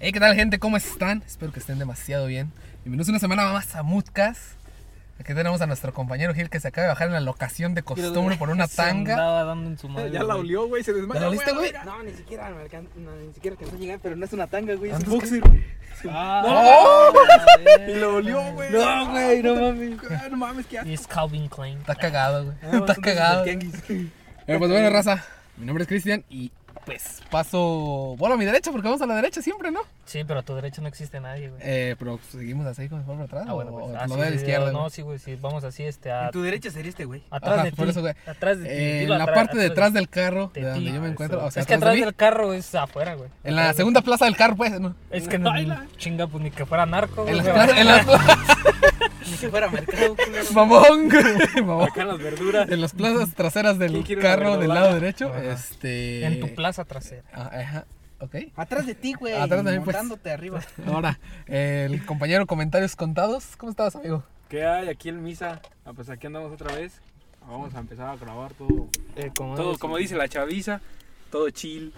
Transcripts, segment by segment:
Hey, ¿qué tal, gente? ¿Cómo están? Espero que estén demasiado bien. Bienvenidos una semana más a Moodcast. Aquí tenemos a nuestro compañero Gil que se acaba de bajar en la locación de costumbre Pues por una Se tanga. andaba dando en su madre, Ya la güey. olió, güey, se desmayó. ¿Ya la oliste, güey? No, ni siquiera me alcan- no, ni siquiera alcanzó a llegar, pero no es una tanga, güey. Es Antes un que- boxer. Ah, Y güey. la olió, güey. No, güey, no mames. Ah, No mames, qué asco. Y es Calvin Klein. Está cagado, güey. Está Ah, son de esos cagado. del tianguis. Eh, pues bueno, raza. Mi nombre es Cristian y pues paso. Bueno, a mi derecha porque vamos a la derecha siempre, ¿no? Sí, pero a tu derecha no existe nadie, güey. Eh, pero seguimos así con el para atrás. Ah, bueno, pues. o ah, Oh, lo veo sí, a la sí, izquierda. No, güey? sí, güey, sí. Vamos así, este, a, En tu derecha sería este, güey. atrás Ajá, de ti. por eso, güey. Atrás de ti. Eh, en dilo, la atrás- parte de atrás de del carro ti, de donde yo me eso. encuentro. O sea, es que atrás de mí, del carro es afuera, güey. En la Atrás del- segunda plaza del carro, pues, ¿no? Es que no, chinga, pues ni que fuera narco, güey. En las güey. plazas. En las plazas. Ni que fuera mercado, culero. Mamón, güey, mamón. Acá las verduras. En las plazas traseras del ¿Quién quiere una carro del lado verdolaga? derecho, Ajá. este. En tu plaza trasera. Ah, Ajá, ok. Atrás de ti, güey. Atrás de mí, pues. Montándote arriba. Ahora, el compañero comentarios contados. ¿Cómo estabas, amigo? ¿Qué hay aquí en misa? Ah, pues aquí andamos otra vez. Vamos a empezar a grabar todo. Eh, Todo, como dice la chaviza, todo chill.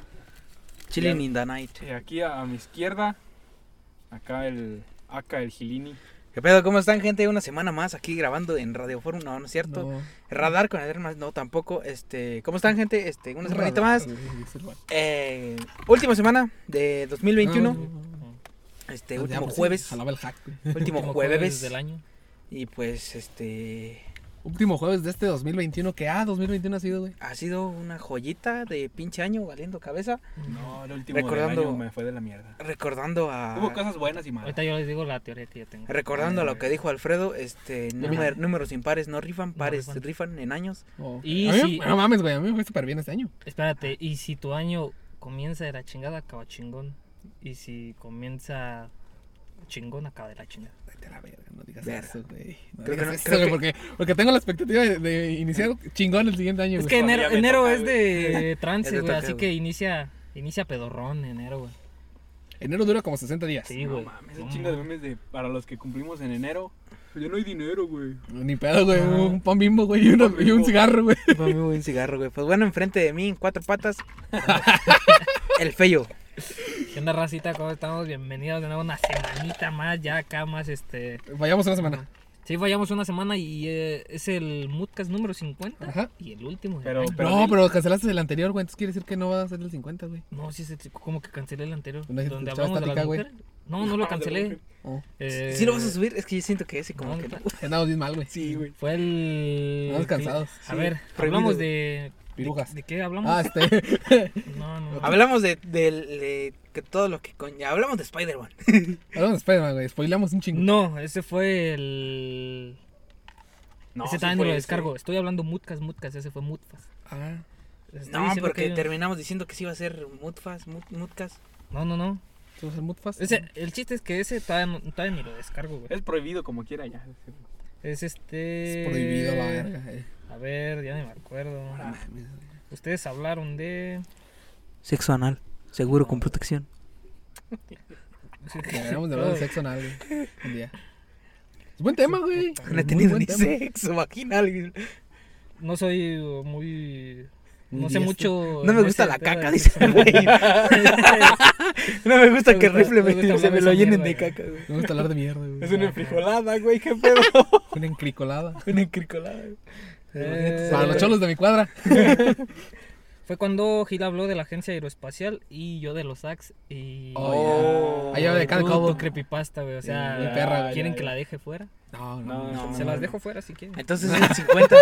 Chilling in the night. Y aquí a, a mi izquierda, acá el. Acá el Gilini. ¿Qué pedo? ¿Cómo están, gente? Una semana más aquí grabando en Radio Forum. No, no es cierto. Radar con Adrián más, no, tampoco. Este, ¿Cómo están, gente? Este, una semanita más. Eh, última semana de 2021. Este, último jueves. pues Jalaba el hack, güey. Último Como jueves. del año. Y pues, este. Último jueves de este 2021. Que ah, 2021 ha sido, güey. Ha sido una joyita de pinche año valiendo cabeza. No, el último Recordando- del año me fue de la mierda. Recordando Hubo a. cosas buenas y malas. Ah. Ahorita yo les digo la teoría que yo tengo. Recordando a lo que dijo Alfredo, este número- números impares no rifan, pares rifan. rifan en años. Oh. Y A mí- si- No mames, güey. A mí me fue súper bien este año. Espérate, y si tu año comienza de la chingada, acaba chingón. Y si comienza chingón, acaba de la chingada. Vete a la verga, no digas Verga. eso, güey. No Creo que digas no- eso, creo güey, Eh. que- porque, porque tengo la expectativa de, de iniciar chingón el siguiente año, Es güey. que Cuando enero, ya me enero toca, es de Es trance, de güey, toque, así güey. que inicia, inicia pedorrón enero, güey. Enero dura como 60 días. Sí, No güey. mames, No un chingo de mames. memes de para los que cumplimos en enero. Yo no hay dinero, güey. Ni pedo, güey. Ajá. Un pan bimbo, güey. Y, una- Pan y un Bimbo. cigarro, güey. Fue muy buen cigarro, güey. Pues bueno, enfrente de mí, en cuatro patas, el feyo. ¿Qué onda, racita? ¿Cómo estamos? Bienvenidos de nuevo una semanita más, ya acá más, este... Vayamos una semana. Sí, vayamos una semana y eh, es el Moodcast número 50 Ajá. y el último. del Pero- año. pero- no, sí. pero cancelaste el anterior, güey. Entonces quiere decir que no va a ser el 50, güey. No, sí, sí, sí, como que cancelé el anterior. ¿No has donde escuchado hablamos de las Estática, güey? mujeres. No, no lo cancelé. Oh. Eh, ¿Sí lo vas a subir? Es que yo siento que ese como no, que no. Andamos bien mal, güey. Sí, güey. Fue el. Estamos cansados. A ver, prohibido, hablamos güey. de. Pirujas. ¿De qué hablamos? Ah, este. no, no, no. Hablamos de, del- de que todo lo que con- Hablamos de Spider-Man. Hablamos de Spider-Man, güey. Spoilamos un chingo. No, ese fue el. No, ese sí también fue lo ese. descargo. Estoy hablando Mutcas, Mutcas, ese fue Mutfas. Ah, Estoy No, diciendo porque que- terminamos diciendo que sí iba a ser Mutfas, Mut- Mutcas. No, no, no. ¿tú vas a hacer Mudfast? Ese, el chiste es que ese todavía, no- todavía ni lo descargo, güey. Es prohibido como quiera ya. Es este. Es prohibido la verga. eh. A ver, ya ni me acuerdo. No mames, güey. Ustedes hablaron de. Sexo anal. Seguro con protección. Deberíamos de hablar de sexo anal, güey. Un día. Es buen tema, güey. No he Muy tenido buen ni tema. sexo vaginal. güey. No soy uh, muy. No Muy sé diestro. mucho. No me en gusta ese la tema caca, de dice el güey. No me gusta Me que gusta- el rifle me me, gusta se me hablar lo esa llenen de mierda, caca, güey. Me gusta hablar de mierda, güey. Ah, Es una enfrijolada, güey, qué pedo. Una encricolada. Una encricolada, güey. Eh, Para los cholos de mi cuadra. Fue cuando Gil habló de la agencia aeroespacial y yo de los Ax y. Oh, ya. Allá de y cada tú, cobo. tu creepypasta, güey. O sea, Mi perra, güey. ¿quieren Ya, que ya. la deje fuera? No, No, no, no. no, Se las dejo fuera si quieren. Entonces es 50,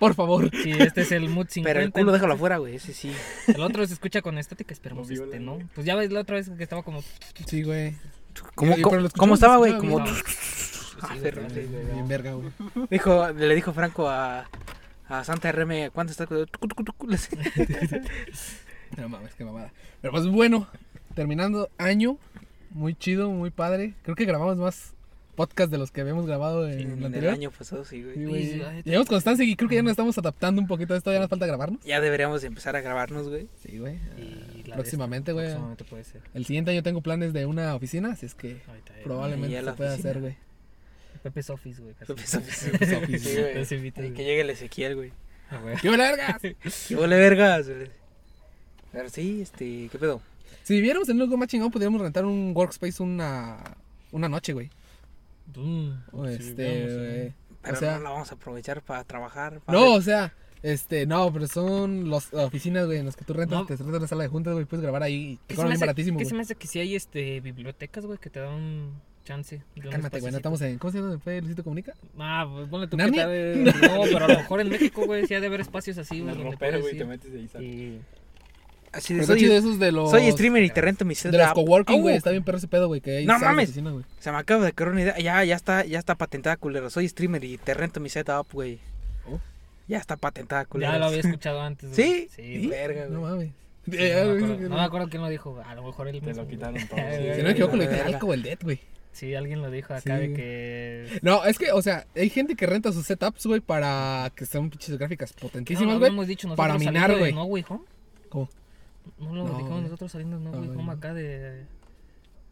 Por favor. Sí, este es el Mood 50. pero el culo déjalo afuera, güey. Ese sí. El otro se escucha con estática, esperemos Lo este, violan, ¿no? güey. Pues ya ves la otra vez que estaba como. Sí, güey. ¿Cómo, Oye, cómo- pero lo cómo estaba, güey? escuchamos, Como... No. Ah, Sí, güey, perro, no, sí. Bien verga, güey. Dijo, le dijo Franco a, a Santa RM, ¿cuánto estás? con-?" Tucu, tucu, tucu, le hace- No mames, qué mamada. Pero pues bueno, terminando año, muy chido, muy padre. Creo que grabamos más podcast de los que habíamos grabado en, En el el anterior. año pasado, sí, Sí, güey. güey. Sí, la neta. Llevamos constancia y creo que ya nos estamos adaptando un poquito a esto. Ya nos falta grabarnos. Ya deberíamos empezar a grabarnos, güey. Sí, güey. Y la de Próximamente, güey. Próximamente puede ser. El siguiente año tengo planes de una oficina, así es que Ahorita, eh. probablemente ya se la pueda oficina. hacer, güey. Pepe's Office, güey. casi. Pepe's Office. Pepe's Office. Sí, güey. Los invito, Y Que güey. llegue el Ezequiel, güey. Pues, Ah, güey. ¡Qué vergas! ¡Qué huele vergas! güey. Pero sí, este, ¿qué pedo? Si viviéramos en un lugar más chingón, podríamos rentar un workspace una, una noche, güey. Mm, O si este, viviéramos en- güey. Pero o sea, no la vamos a aprovechar para trabajar. para- No, o sea, este, no, pero son las oficinas, güey, en las que tú rentas, No. te rentas la sala de juntas, güey, puedes grabar ahí y te ¿Qué se, cobran me bien hace, baratísimo, qué se güey. me hace que si hay este, bibliotecas, güey, que te dan un chance? de un Cálmate, güey, no espacecito? estamos en. ¿Cómo se llama? ¿Fue Luisito Comunica? Ah, pues ponle tú que ¿Narnia? tal vez- No, pero a lo mejor en México, güey, sí ha de haber espacios así, güey. Nos donde rompero, puedes güey, ir. te metes ahí. sale. Y- Así de, Pero está chido soy, esos de los. soy streamer y te rento mi celda. De los Ah, coworking, güey, Uh. güey. está bien perro ese pedo, güey, que hay No salas de mames. oficina, güey. Se me acaba de correr una idea. Ya, ya está, ya está patentada, culero. Soy streamer y te rento mi setup, güey. Oh. Ya está patentada, culero. Ya lo había escuchado antes, güey. ¿Sí? Sí, güey. verga, No güey. mames. Sí, Eh, no, algo me hizo acuerdo, que no no- me acuerdo quién lo dijo, güey. A lo mejor él Te mismo, lo güey. quitaron todo. Sí, Si no me equivoco, lo la dije verga. Alco o el Dead, güey. Sí, alguien lo dijo acá Sí, de güey. que... No, es que, o sea, hay gente que renta sus setups, güey, para que sean pinches gráficas ¿Qué no potentísimas, lo güey. habíamos dicho nosotros para minar, saliendo de güey. No, güey, home? ¿Cómo? No lo No, dijimos güey. nosotros saliendo de No, No, güey, güey, home no. acá de...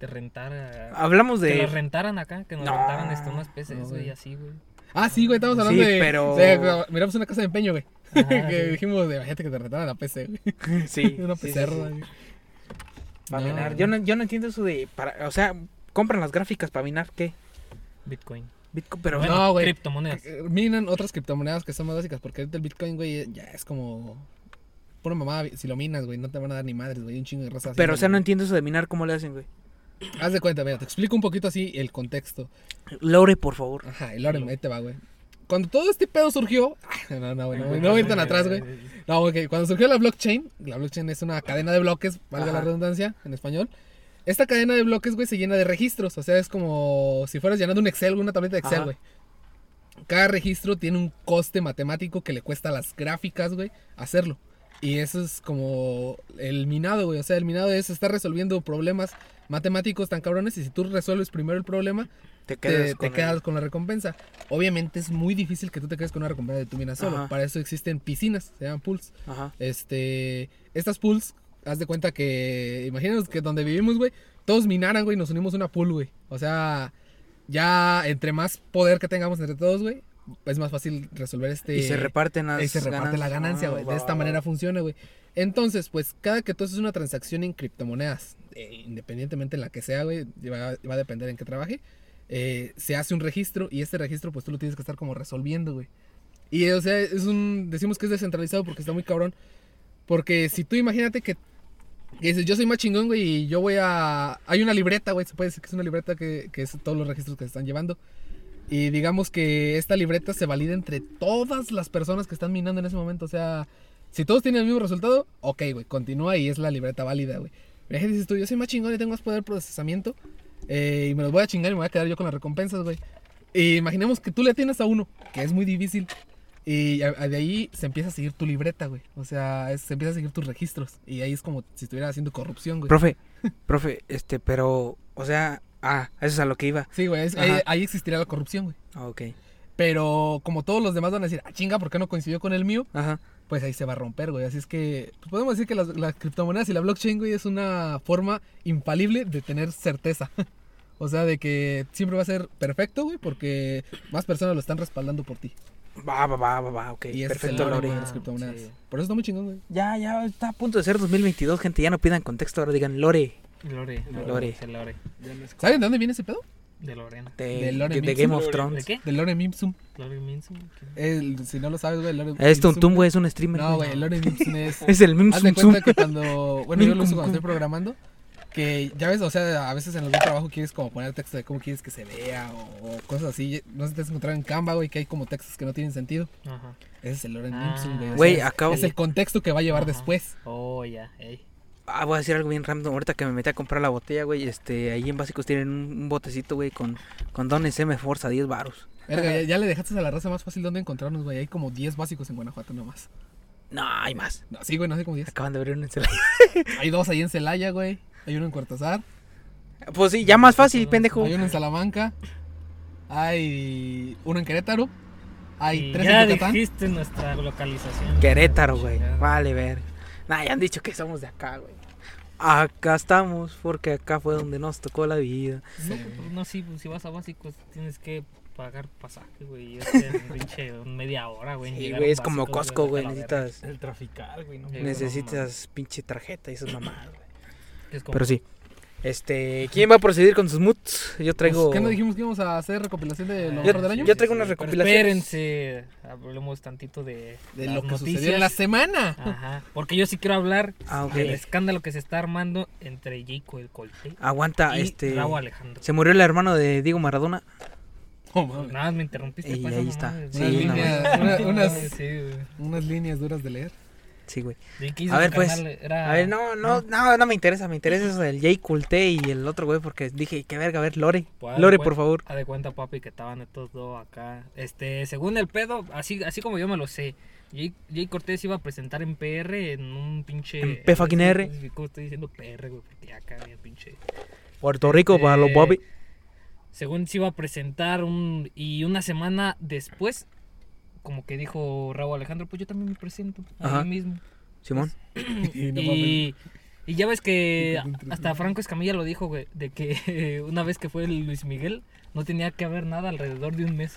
De rentar a... Hablamos Que de. nos rentaran acá, que nos Este, No. rentaran este, unas No, PCs, güey. güey, así, güey. Ah, sí, güey, estamos hablando Sí, de. pero- o sea, miramos una casa de empeño, güey. Ajá, que Ah, sí. dijimos de gente que te rentara la PC, güey. Sí. Una sí, sí, pizarra, sí. güey. Para No. minar. Yo no, yo no entiendo eso de. Para, o sea, compran las gráficas para minar, ¿qué? Bitcoin. Bitcoin, pero. Bueno. no. güey. Criptomonedas. Eh, Minan otras criptomonedas que son más básicas, porque ahorita el Bitcoin, güey, ya es como. Pura mamada, si lo minas, güey, no te van a dar ni madres, güey, un chingo de raza. Pero, o sea, no haciéndolo, entiendo eso de minar, ¿cómo le hacen, güey? güey. Haz de cuenta, mira, te explico un poquito así el contexto. Lore, por favor. Ajá, y Loren, ahí te va, güey. Cuando todo este pedo surgió. No, no, güey, no, güey, no voy tan atrás, güey. No, ok, cuando surgió la blockchain, la blockchain es una cadena de bloques, valga la Ajá. redundancia en español. Esta cadena de bloques, güey, se llena de registros. O sea, es como si fueras llenando un Excel, una tableta de Excel, Ajá. güey. Cada registro tiene un coste matemático que le cuesta a las gráficas, güey, hacerlo. Y eso es como el minado, güey. O sea, el minado es estar resolviendo problemas matemáticos tan cabrones. Y si tú resuelves primero el problema, Te te- quedas. te, con el- quedas con la recompensa. Obviamente es muy difícil que tú te quedes con una recompensa de tu mina solo. Ajá. Para eso existen piscinas, se llaman pools. Ajá. Este, estas pools, haz de cuenta que, imagínanos que donde vivimos, güey, todos minaran, güey, y nos unimos a una pool, güey. O sea, ya entre más poder que tengamos entre todos, güey, es más fácil resolver este... y se reparten las. y se reparte la ganancia, Ah, güey. va, De esta va, manera va. funciona, güey. Entonces, pues, cada que tú haces una transacción en criptomonedas, eh, independientemente en la que sea, güey, va, va a depender en qué trabaje, eh, se hace un registro y este registro, pues, tú lo tienes que estar como resolviendo, güey. Y, eh, o sea, es un... Decimos que es descentralizado porque está muy cabrón. Porque si tú imagínate que... que dices, yo soy más chingón, güey, y yo voy a... Hay una libreta, güey, se puede decir que es una libreta que, que es todos los registros que se están llevando. Y digamos que esta libreta se valida entre todas las personas que están minando en ese momento. O sea, si todos tienen el mismo resultado, ok, güey, continúa y es la libreta válida, güey. Pero ahí dices tú, yo soy más chingón y tengo más poder de procesamiento. eh, y me los voy a chingar y me voy a quedar yo con las recompensas, güey. Y imaginemos que tú le tienes a uno, que es muy difícil. Y a- a- de ahí se empieza a seguir tu libreta, güey. O sea, es- se empieza a seguir tus registros. Y ahí es como si estuviera haciendo corrupción, güey. Profe, profe, este, pero. O sea. Ah, eso es a lo que iba. Sí, güey, es- ahí, Ajá. ahí existiría la corrupción, güey. Ah, ok. Pero como todos los demás van a decir, ah, chinga, ¿por qué no coincidió con el mío? Ajá. pues ahí se va a romper, güey. Así es que pues, podemos decir que las, las criptomonedas y la blockchain, güey, es una forma infalible de tener certeza. o sea, de que siempre va a ser perfecto, güey, porque más personas lo están respaldando por ti. Va, va, va, va, va, ok. y ese es el Perfecto, lore Lore. de las criptomonedas. Sí. Por eso está muy chingón, güey. Ya, ya, está a punto de ser 2022, gente. Ya no pidan contexto, ahora digan Lore. Lore. Lore. De Lore. Ya no es ¿Saben de dónde viene ese pedo? De Lorena. De, De Lore de- de Mix. Game of Lore ¿De Thrones. qué? De Lorem Ipsum. Lore Minson. ¿quién? El- si no lo sabes, güey, el Lorem Ah, Es un Ipsum- tum, güey, es un streamer. No, güey, el Lorem Ipsum es... Es el Mim Haz de Sum Sum. cuenta que cuando... Bueno, yo lo uso cuando Cum, cum. estoy programando. Que ya ves, o sea, a veces en algún trabajo quieres como poner texto de cómo quieres que se vea o, o cosas así. No se te vas a encontrar en Canva, güey, que hay como textos que no tienen sentido. Ajá. Ese es el Loren Ah. Ipsum, güey. o Güey, sea, acabo- Es el contexto que va a llevar Ajá. después. Oh, ya. Ey. Ah, voy a decir algo bien random. Ahorita que me metí a comprar la botella, güey. Este, ahí en básicos tienen un, un botecito, güey, con, con dones M Forza, 10 baros. Verga, ya, ya le dejaste a la raza más fácil dónde encontrarnos, güey. Hay como 10 básicos en Guanajuato nomás. No, hay más. No, sí, güey, no sé como 10. Acaban de abrir un Celaya. Hay dos ahí en Celaya, güey. Hay uno en Cuartazar. Pues sí, ya más fácil, pendejo. Hay uno en Salamanca. Hay uno en Querétaro. Hay Y tres ya en Yucatán. dijiste nuestra localización. Querétaro, güey. Chingada. Vale, ver. Nah, ya han dicho que somos de acá, güey. Acá estamos, porque acá fue donde nos tocó la vida. No, Sí. pues, no, sí, pues, si vas a básicos tienes que pagar pasaje, güey. y este, pinche media hora, güey. en Sí, llegar güey, a es como Básicos, Costco, güey. vete a la verga. Necesitas, el traficar, güey. No, Sí, mames. güey, no necesitas pinche tarjeta y esas mamadas, güey. Es como- Pero sí. Este, ¿quién va a proceder con sus moods? Yo traigo. Pues, ¿Qué no dijimos que íbamos a hacer recopilación de lo Yo- mejor del año? yo traigo unas Pero recopilaciones. Espérense, hablemos tantito de, de las lo que sucedió noticias. en la semana. Ajá, porque yo sí quiero hablar Ah, ok. del escándalo que se está armando entre Jaco el Colte Aguanta, y este. Raúl Alejandro. Se murió el hermano de Diego Maradona. No mames. Nada más me interrumpiste. Y pues, ahí no está. mames. Sí, Unas no líneas, mames. una- unas- sí, güey. Unas líneas duras de leer. Sí, güey. Yo quise A ver, sacarle- pues, era- A ver, no, no, no, no me interesa. Me interesa eso del Jay Culte y el otro güey, porque dije, qué verga, a ver, Lore. Pues, Lore, pues. por favor. Haz de cuenta, papi, que estaban estos dos acá. Este, según el pedo, así, así como yo me lo sé, Jay, Jay Cortés iba a presentar en PR en un pinche. En P fucking R. Estoy diciendo PR, güey, porque ya acá el pinche. Puerto Rico para los Eh, Este, Bobby. Según se iba a presentar un. Y una semana después, como que dijo Raúl Alejandro, pues yo también me presento. Ajá. A mí mismo. Simón. pues, Y no mames. Y, y ya ves que Nunca entré. hasta Franco Escamilla lo dijo, güey, de que una vez que fue el Luis Miguel, no tenía que haber nada alrededor de un mes,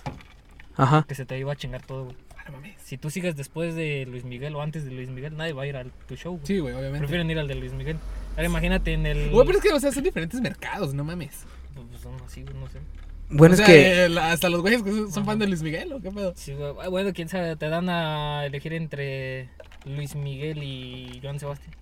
Ajá. que se te iba a chingar todo, güey. Ah, no mames. Si tú sigues después de Luis Miguel o antes de Luis Miguel, nadie va a ir a tu show, güey. Sí, güey, obviamente. Prefieren ir al de Luis Miguel. Ahora imagínate en Mm. el... Güey, pero es que, o sea, son diferentes mercados, no mames. Pues son así, güey, no sé. Bueno, o sea, es que. eh, la- hasta los güeyes que son son fan Ajá. de Luis Miguel, ¿o qué pedo? Sí, güey. Ah, Bueno, quién sabe, te dan a elegir entre Luis Miguel y Joan Sebastián.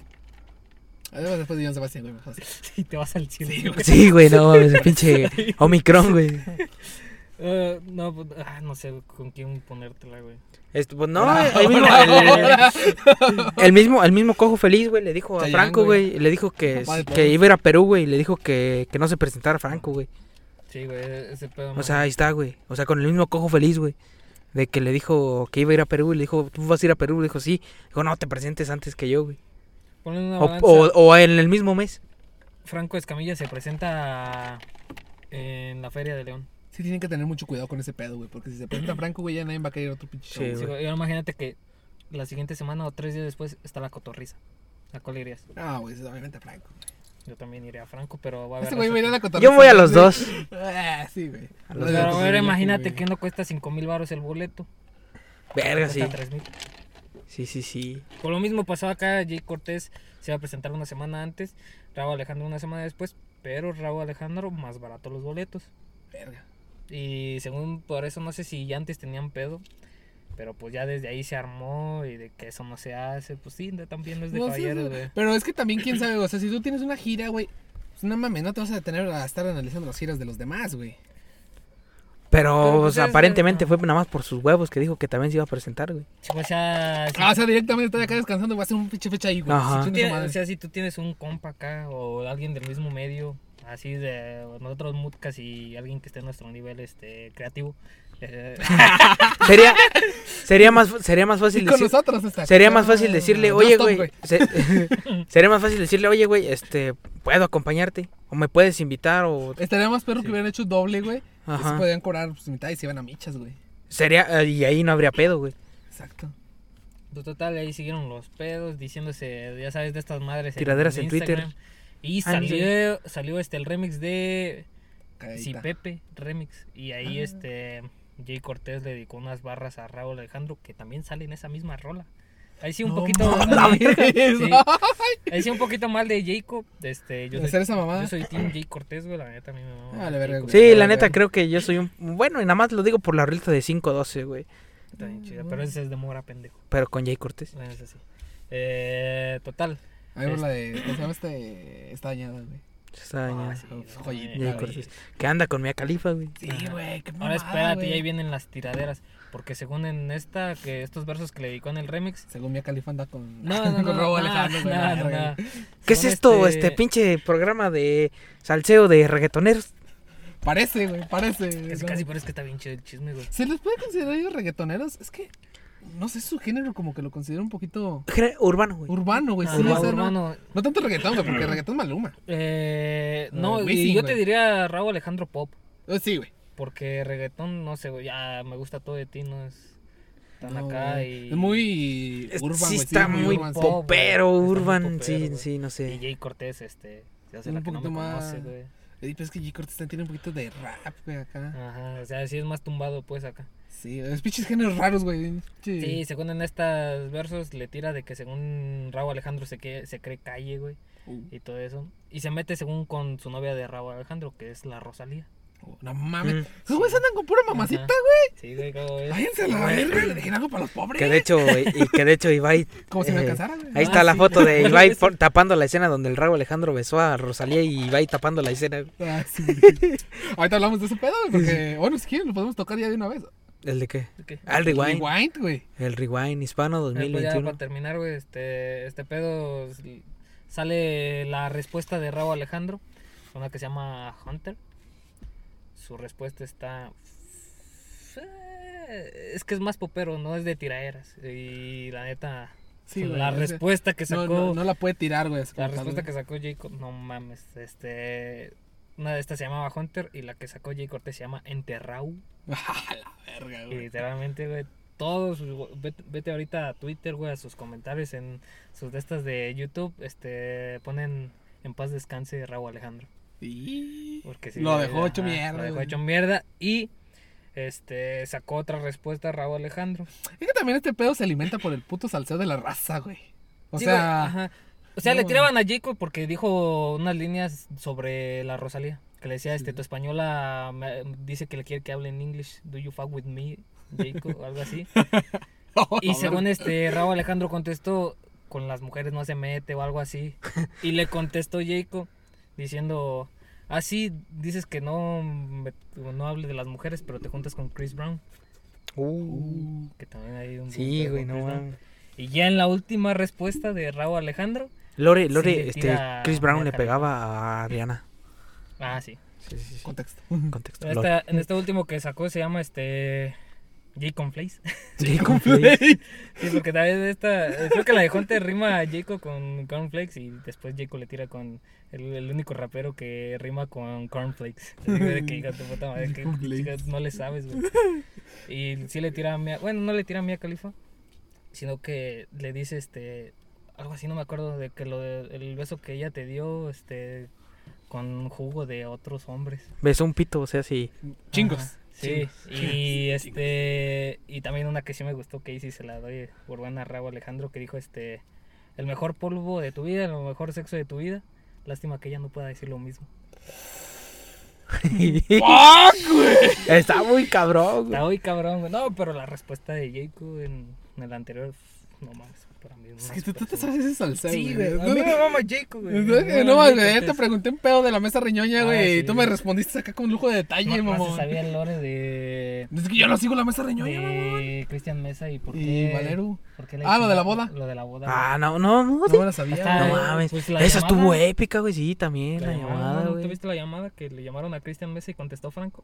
Además, después de John Sebastián, güey, mejor. Y te vas al chile, güey. Sí, güey, no, mames, pinche Omicron, güey. Eh, no, pues, ah, no sé güey, con quién ponértela, güey. Esto, pues no, el mismo, el, el mismo, el mismo cojo feliz, güey, le dijo a Chayanne, Franco, güey. güey, le dijo que, Papá de todos. que iba a ir a Perú, güey, y le dijo que, que no se presentara Franco, güey. Sí, güey, e-, ese pedo. O no. sea, ahí está, güey. O sea, con el mismo cojo feliz, güey. De que le dijo que iba a ir a Perú y le dijo, ¿tú vas a ir a Perú? Le dijo, sí. Dijo, no, te presentes antes que yo, güey. Ponen una O, balanza. o- o en el mismo mes. Franco Escamilla se presenta en la Feria de León. Sí, tienen que tener mucho cuidado con ese pedo, güey, porque si se presenta Franco, güey, ya nadie va a caer a otro pinche Sí, show. Sí, güey. güey, y ahora imagínate que la siguiente semana o tres días después está la cotorriza. ¿A cuál irías? Ah, güey, obviamente Franco. Yo también iré a Franco, pero va a haber. Este güey va a ir a la cotorriza. Yo voy a los sí. dos. Ah, sí, güey. A Pero los dos. ahora imagínate güey. que no cuesta cinco mil baros el boleto. Verga, sí. cuesta tres mil. Sí, sí, sí. Por lo mismo pasó acá, Jay Cortés se iba a presentar una semana antes, Raúl Alejandro una semana después, pero Raúl Alejandro más barato los boletos. Verga. Y según por eso, no sé si ya antes tenían pedo. Pero pues ya desde ahí se armó y de que eso no se hace. Pues sí, no, también no es de No, sí, caballeros, sí. güey. Pero es que también, quién sabe, o sea, si tú tienes una gira, güey, pues no mames, no te vas a detener a estar analizando las giras de los demás, güey. Pero, Pero, o pues, sea, es- aparentemente ah. fue nada más por sus huevos que dijo que también se iba a presentar, güey. Sí, o sea, si, Ah, o sea, directamente estoy acá descansando, voy a hacer un pinche fecha ahí, güey. Sí, Ajá. tú chingue su tienes- madre. o sea, si tú tienes un compa acá o alguien del mismo medio, así de nosotros mutcas y alguien que esté en nuestro nivel este creativo. eh, Sería, sería, más, sería más fácil Y con decir- nosotros está. Sería más fácil decirle, No, oye, stop, güey. se- sería más fácil decirle, oye, güey, este, puedo acompañarte. O me puedes invitar, o. Estaría más perro que hubieran hecho doble, güey. Ajá. Así podían cobrar pues, mitad y se iban a michas, güey. Sería, eh, y ahí no habría pedo, güey. Exacto. pues total, ahí siguieron los pedos, diciéndose, ya sabes, de estas madres. Tiraderas en Twitter. Instagram. Y Ah, no salió, salió este el remix de Cagadita. Sí, Pepe Remix. Y ahí Ah. este Jay Cortés le dedicó unas barras a Raúl Alejandro, que también sale en esa misma rola. Ahí sí un No poquito mames, ahí- no. sí, ahí sí un poquito mal de Jacob. Este, yo, ¿De hacer soy, esa mamada? yo soy Team Jay Cortés, güey. La neta a mí me mama Ah, la verga, Jay güey. Cortés, Sí, Verga, la neta, verga. creo que yo soy un. Bueno, y nada más lo digo por la ruleta de 5-12, güey. está bien chida, Mm. pero ese es de Mora, pendejo. Pero con Jay Cortés. Bueno, ese sí. Eh, total. Ahí va la de. ¿Cómo se llama este? Está dañada, güey. Está dañado. Ah, sí, no, joyita, eh, Jay Cortés. Que anda con Mia Califa, güey. Sí, güey. Qué Ahora mamada, espérate, güey. ya ahí vienen las tiraderas. Porque según en esta, que estos versos que le dedicó en el remix. Según Mia Califa anda con. No, no, no. con Robo no, Alejandro, güey. no, la no, verga. no. ¿Qué es Según esto, este pinche programa de salseo de reggaetoneros? Parece, güey, parece. Casi, ¿no? casi, pero es que está bien chido el chisme, güey. ¿Se les puede considerar ellos reggaetoneros? Es que. No sé, su género como que lo considero un poquito Género Urbano, güey. urbano, güey. Ah, Pues sí, urbano, o sea, no- urbano. No, tanto reggaetón, güey, porque reggaetón es maluma. Eh, Ah, no, Wisin, y yo güey. te diría Raúl Alejandro Pop. Eh, Sí, güey. Porque reggaetón, no sé, güey, ya me gusta todo de ti, no es tan No, acá. güey. Y, Es muy Es- urban, sí, güey. está es muy urban, sí. pop, popero, güey. Está muy urban. popero, sí, güey. sí, no sé. y Jay Cortés, este, se hace Un la que no me poquito más- conoce, güey. Y pues es que G. Cortés también tiene un poquito de rap, güey, acá. Ajá, o sea, sí es más tumbado pues acá. Sí, es pinches géneros raros, güey. Sí. según en estos versos le tira de que según Raúl Alejandro se, que, se cree calle, güey. Uh. Y todo eso. Y se mete según con su novia de Raúl Alejandro, que es la Rosalía. Oh, No Mm. mames. Esos güeyes andan con pura mamacita, Mm, Ajá. güey. Sí, güey, ¿cómo ves? Váyanse a la verga, le dejen algo para los pobres. Que de hecho, y que de hecho Ibai. Como si me eh, alcanzara, güey. Ahí Ah, está la sí. foto de Ibai por- tapando la escena donde el rabo Alejandro besó a Rosalía y Ibai tapando la escena. Ah, sí. Ahorita hablamos de ese pedo, güey, porque, bueno, si quieren, lo podemos tocar ya de una vez. ¿El de qué? Ok. Ah, el Rewind. Rewind, güey. El Rewind Hispano Eh, pues ya para 2021. terminar, güey, este, este pedo s- sale la respuesta de Rabo Alejandro, una que se llama Hunter. Su respuesta está... eh, Es que es más popero, no es de tiraeras. Y la neta, Sí, güey, la ese- respuesta que No, sacó... no, no la puede tirar, güey. así La como tal, respuesta güey. que sacó Jay Cortés, no mames, este... Una de estas se llamaba Hunter y la que sacó Jay Cortés se llama Enterrau. A la verga, Y Ah, güey. literalmente, güey, todos, güey, vete, vete ahorita a Twitter, güey, a sus comentarios en sus de estas de YouTube, este, ponen en paz descanse Raúl Alejandro. Y- Porque sí, Lo güey, dejó hecho ajá, mierda, Lo dejó güey. hecho mierda y, este, sacó otra respuesta Raúl Alejandro. Es que también este pedo se alimenta por el puto salseo de la raza, güey. O Sí, sea, güey, ajá. o sea, no, le güey. tiraban a Jacob porque dijo unas líneas sobre la Rosalía. Que le decía, este, tu española me- dice que le quiere que hable en inglés. Do you fuck with me, Jacob? O algo así. Oh, Y según este, Raúl Alejandro contestó, con las mujeres no se mete o algo así. Y le contestó Jacob diciendo, así dices que no, me- no hable de las mujeres, pero te juntas con Chris Brown. Uh, Que también hay un... sí, pedo güey, con no Chris Brown. mames. Y ya en la última respuesta de Raúl Alejandro. Lore, Sí, Lore, le este, tira Chris Brown una le cara. pegaba a Rihanna. Ah, sí. Sí, sí, sí. Contexto. Contexto. En, Lore. esta- en este último que sacó se llama este. Jacob Flays. Jacob Flake. Sí, porque tal vez esta. eh, Creo que la de Hunter rima a Jacob con Cornflakes y después Jacob le tira con el, el único rapero que rima con Cornflakes. Así de que hija de tu puta madre, que Jacob chica, Flakes. no le sabes, güey. Y sí le tira a Mia. Bueno, no le tira a Mia Califa, sino que le dice este. Algo así, no me acuerdo de que lo de- el beso que ella te dio, este. Con jugo de otros hombres. Besó un pito, o sea, sí. Chingos. Ajá, Sí, y este y también una que sí me gustó que hice y se la doy por buena rabo Alejandro que dijo este el mejor polvo de tu vida, el mejor sexo de tu vida. Lástima que ella no pueda decir lo mismo. Está muy cabrón, güey. Está hoy cabrón, güey. No, pero la respuesta de Jacob en, en el anterior pff, no más para mí. Es una que tú tú te super- sabes ese salseo, Sí, güey. güey. A mí me mama Jacob, güey. No, no, Me mama Jacob, güey, ayer te entonces, pregunté un pedo de la mesa riñoña, Ah, güey, y sí. tú me respondiste acá con lujo de detalle, no- no se mamón. sabía el lore de Es que yo lo sigo la mesa riñoña, mamón. Eh, de Cristian Mesa y por Y qué Valero. por qué le Ah, lo de la hicieron- boda. Lo de la boda. Ah, no, no, no. No No, me la sabía, Hasta- güey. eh, mames. pues la Esa estuvo llamada. épica, güey. Sí, también. La, La llamada, llamada, ¿no? güey. ¿Tú viste la llamada que le llamaron a Cristian Mesa y contestó Franco?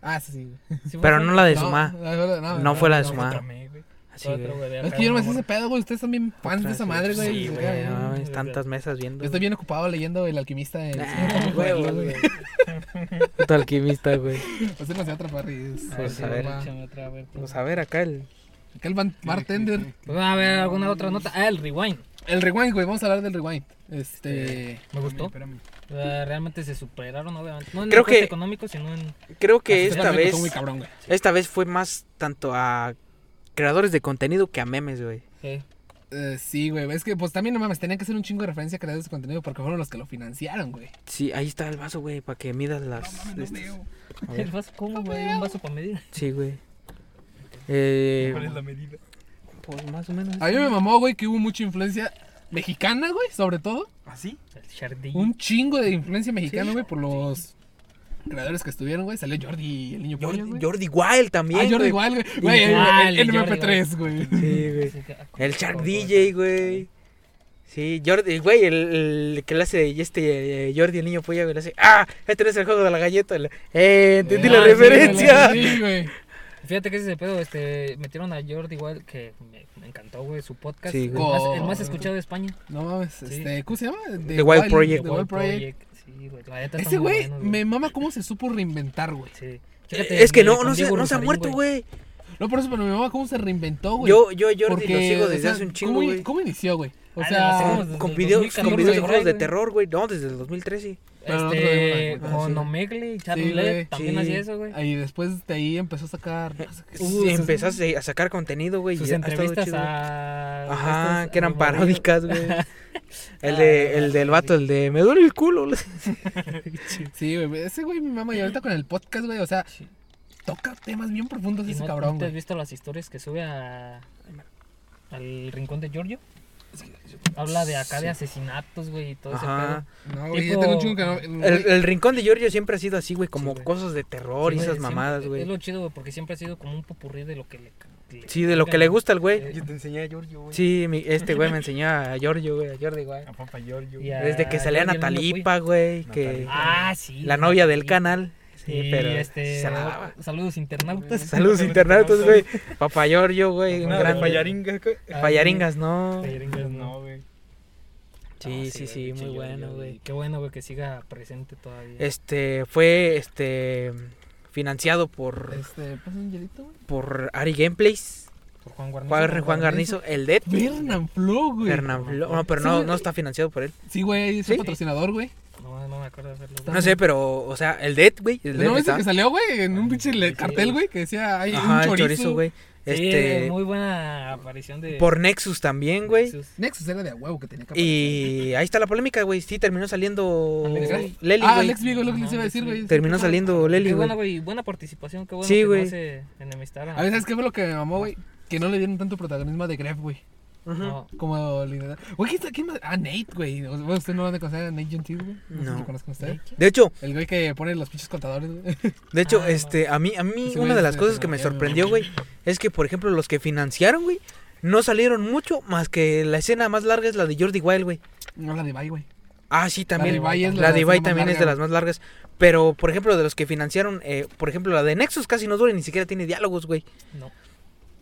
Ah, sí, sí, güey. ¿Sí fue Pero Franco? Ah, no la de No, su ma. no, no, No fue la de su fue ma. otra me, güey. Así, Fue otro, güey. güey, de Es acá, que yo no me sé mamón. ese pedo, güey. Ustedes son bien fans de Otra, esa sí. madre, güey. Sí, O güey. sea, no mames, Yo tantas mesas viendo. Yo estoy bien ocupado leyendo El Alquimista. de Ah, güey. huevos, güey. Puto alquimista, güey. Usted no se atrapa, Riz. A Vamos ver, a sí, ver. mamá, échame otra, a ver, tú. Vamos Pues, a ver acá el. Aquel ban- bartender. Pues, a ver, alguna otra nota. Ah, el rewind. El rewind, güey. Vamos a hablar del rewind. Este. Me gustó. Espérame. Ah, realmente se superaron, obviamente. No en Creo el coste que- económico, sino en. Creo que este esta también vez. tocó muy cabrón, güey. Esta vez fue más tanto a creadores de contenido que a memes, güey. eh, Eh, sí, güey. Es que, pues también no mames. Tenían que hacer un chingo de referencia a creadores de contenido porque fueron los que lo financiaron, güey. Sí, ahí está el vaso, güey, para que midas las. estas. A El ver, vaso, ¿cómo, güey? Un vaso para medir. sí, güey. Eh, ¿Cuál es la medida? pues más o menos. A mí me mamó, güey, que hubo mucha influencia mexicana, güey, sobre todo. ¿Así? El chardillo. Un chingo de influencia mexicana, güey, por los creadores que estuvieron, güey. Salió Jordi, el niño pollo, Jordi, güey. Jordi Wild también. ah, Jordi güey. igual, güey. Güey, el- Igual, el, el Jordi MP3, güey. Sí, güey. ah, El Shark DJ, güey. Sí, Jordi, güey, el, el que le hace y este eh, Jordi el niño polla, güey, le hace, ah, este no es el juego de la galleta. le- eh, entendí Ah, la sí, referencia. Sí, güey. Fíjate que ese es el pedo, este, metieron a Jordi igual, que me, me encantó, güey, su podcast. Sí, el, güey. más, el más Con- escuchado de España. No mames, este, ¿cómo se llama? The Wild The Project. The Wild Project. Wild Project, Sí, güey. La neta Ese están muy güey buenos, me mama cómo se supo reinventar, güey. Sí. Fíjate, Eh, Es que el de- no, con no se, Diego no se ha Rosarín, muerto, güey. No por eso, pero me mama cómo se reinventó, güey. Yo, yo a Jordi Porque, lo sigo o desde sea, hace un chingo, ¿cómo, güey. ¿Cómo inició, güey? O Ah, sea, no, Con, desde con el videos, 2014, con videos de güey. juegos de terror, güey. No, desde el 2013. Pero nosotros este, vimos la- con sí. Omegle y Sí, Charlie güey, también sí. hacía eso, güey. y después de ahí empezó a sacar. no sé qué- Uh, Sí, sus- empezaste a sacar contenido, güey. y Sus ha estado entrevistas chido, güey. a... Ajá, estos- que eran a- Ah, paródicas, güey. El, de, el del vato, el de me duele el culo. Sí, güey. Ese güey, mi mamá, y ahorita con el podcast, güey. O sea, Sí. toca temas bien profundos ¿Y ese no, cabrón, ¿no te has güey. visto las historias que sube a, al rincón de Giorgio? Habla de acá de asesinatos, güey, y todo Ajá. No, güey, Tipo- yo tengo un chingo que no. güey. El, el rincón de Giorgio siempre ha sido así, güey, como Sí, güey. cosas de terror ese y pedo. esas Siempre- mamadas, Es güey. lo chido, güey, porque siempre ha sido como un popurrí de lo que le... le- Sí, de lo que le gusta al güey. Eh, Yo te enseñé a Giorgio, güey. Sí, mi- este güey me enseñó a Giorgio, güey, a Jordi, güey. A papá Giorgio. Y a- Desde que salía Giorgio no me Natalipa, güey, que Natalipa. Ah, sí. la novia del sí. canal. Sí, Y pero este, se la daba. saludos internautas. Saludos internautas, güey. Papá Giorgio, güey, un Una gran... de payaringas, güey. Ah, Payaringas, no. Payaringas, no. No, güey. güey, Sí, sí, sí, pinche muy Giorgio, bueno, güey. Qué bueno, güey, que siga presente todavía. Este, fue, este, financiado por, Este, ¿pues pasa un hielito, güey. por Ari Gameplays, Por Juan Guarnizo. Juan, Juan Garnizo, el Dead, Bernan Flow, güey. Fernán Flo- No, pero no, no está financiado por él. Sí, güey, es ¿Sí? un patrocinador, güey. No, no me acuerdo de hacerlo. güey. No sé, pero, o sea, el Dead, güey. El Dead ¿No viste está- que salió, güey? En un Ah, pinche sí, le- sí, cartel, sí. güey, que decía, hay Ajá, un el chorizo. chorizo, güey. Sí, Este, muy buena aparición de. por Nexus también, güey. Nexus. Nexus era de a huevo que tenía que Y ahí está la polémica, güey. Sí, terminó saliendo Alex Vigo. Leli, ah, güey. Alex Vigo, Ah, lo que les Ajá, iba a decir, Alex güey. Vigo. Terminó saliendo Leli, Qué güey. buena, güey. Buena participación. Qué bueno Sí, que güey. no hace enemistar a. A veces, ¿qué fue lo que me mamó, güey? Que no le dieron tanto protagonismo a The Gref, güey. Ujú. No, Como liderazgo. Güey, ¿quién, está- quién más? Ah, Nate, güey. O sea, Bueno, usted no lo han de conocer a Nate Gentil, güey. No. sé si No. lo conozco a usted. De hecho, El güey que pone los pinches contadores, güey. de hecho, Ah, este, a mí, a mí, Ese güey una de es las de cosas que me Tecnología, sorprendió, güey. güey, es que, por ejemplo, los que financiaron, güey, no salieron mucho más que la escena más larga es la de Jordi Wild, güey. No habla de Bay, güey. Ah, sí, también. de Ibai es la La de Ibai más también es de larga, las más largas. Pero, por ejemplo, de los que financiaron, eh, por ejemplo, la de Nexus casi no dura y ni siquiera tiene diálogos, güey. no.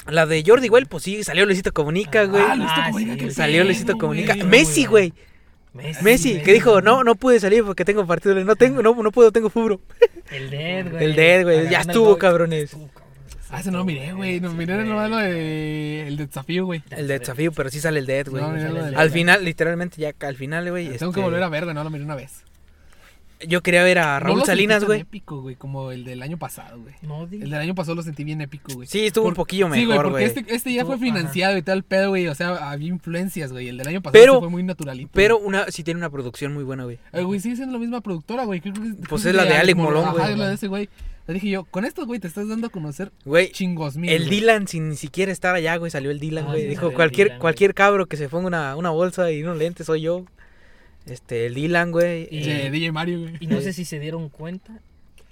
La de Jordi Wild, pues sí, salió Luisito Comunica, Ah, güey. Ah, Luisito Ah, Comunica, sí, que güey. Salió pedo, Luisito güey. Comunica. güey. Messi, güey. Messi, que dijo, no, no pude salir porque tengo partido. No tengo, no, no puedo, tengo fubro. El Dead, güey. El dead, güey. Agarrando Ya el estuvo, gol. cabrones. Estuvo, cabrón. Ah, ese no lo miré, güey. No miré nomás lo de. El de desafío, güey. El de desafío, pero sí sale el dead, güey. No, miré lo del- al final, literalmente, ya al final, güey. Tengo este, que volver a ver, güey. No lo miré una vez. Yo quería ver No a Raúl lo sentí Salinas, tan güey. épico, güey. Como el del año pasado, güey. No, El digas. del año pasado lo sentí bien épico, güey. Sí, estuvo un eh. Por- poquillo Sí, güey, porque mejor, güey. este, este ya fue Estuvo- ajá. financiado y todo el pedo, güey. O sea, había influencias, güey. El del año pasado Pero- sí fue muy naturalito. Pero una, sí tiene una producción muy buena, güey. Eh, güey, sigue siendo la misma productora, güey. Creo que- Pues creo es que la de Alec Mor- Molón, ajá, güey. es la de ese güey. Le dije yo, con estos, güey, te estás dando a conocer Güey, chingos mil. el güey. Dylan sin ni siquiera estar allá, güey. Salió el Dylan, Ah, güey. sí, salió Dijo, el cualquier, Dylan, güey. cualquier cabro que se ponga una, una bolsa y unos lentes soy yo. Este, el Dylan, güey. Y- De DJ Mario, güey. Y no sé si se dieron cuenta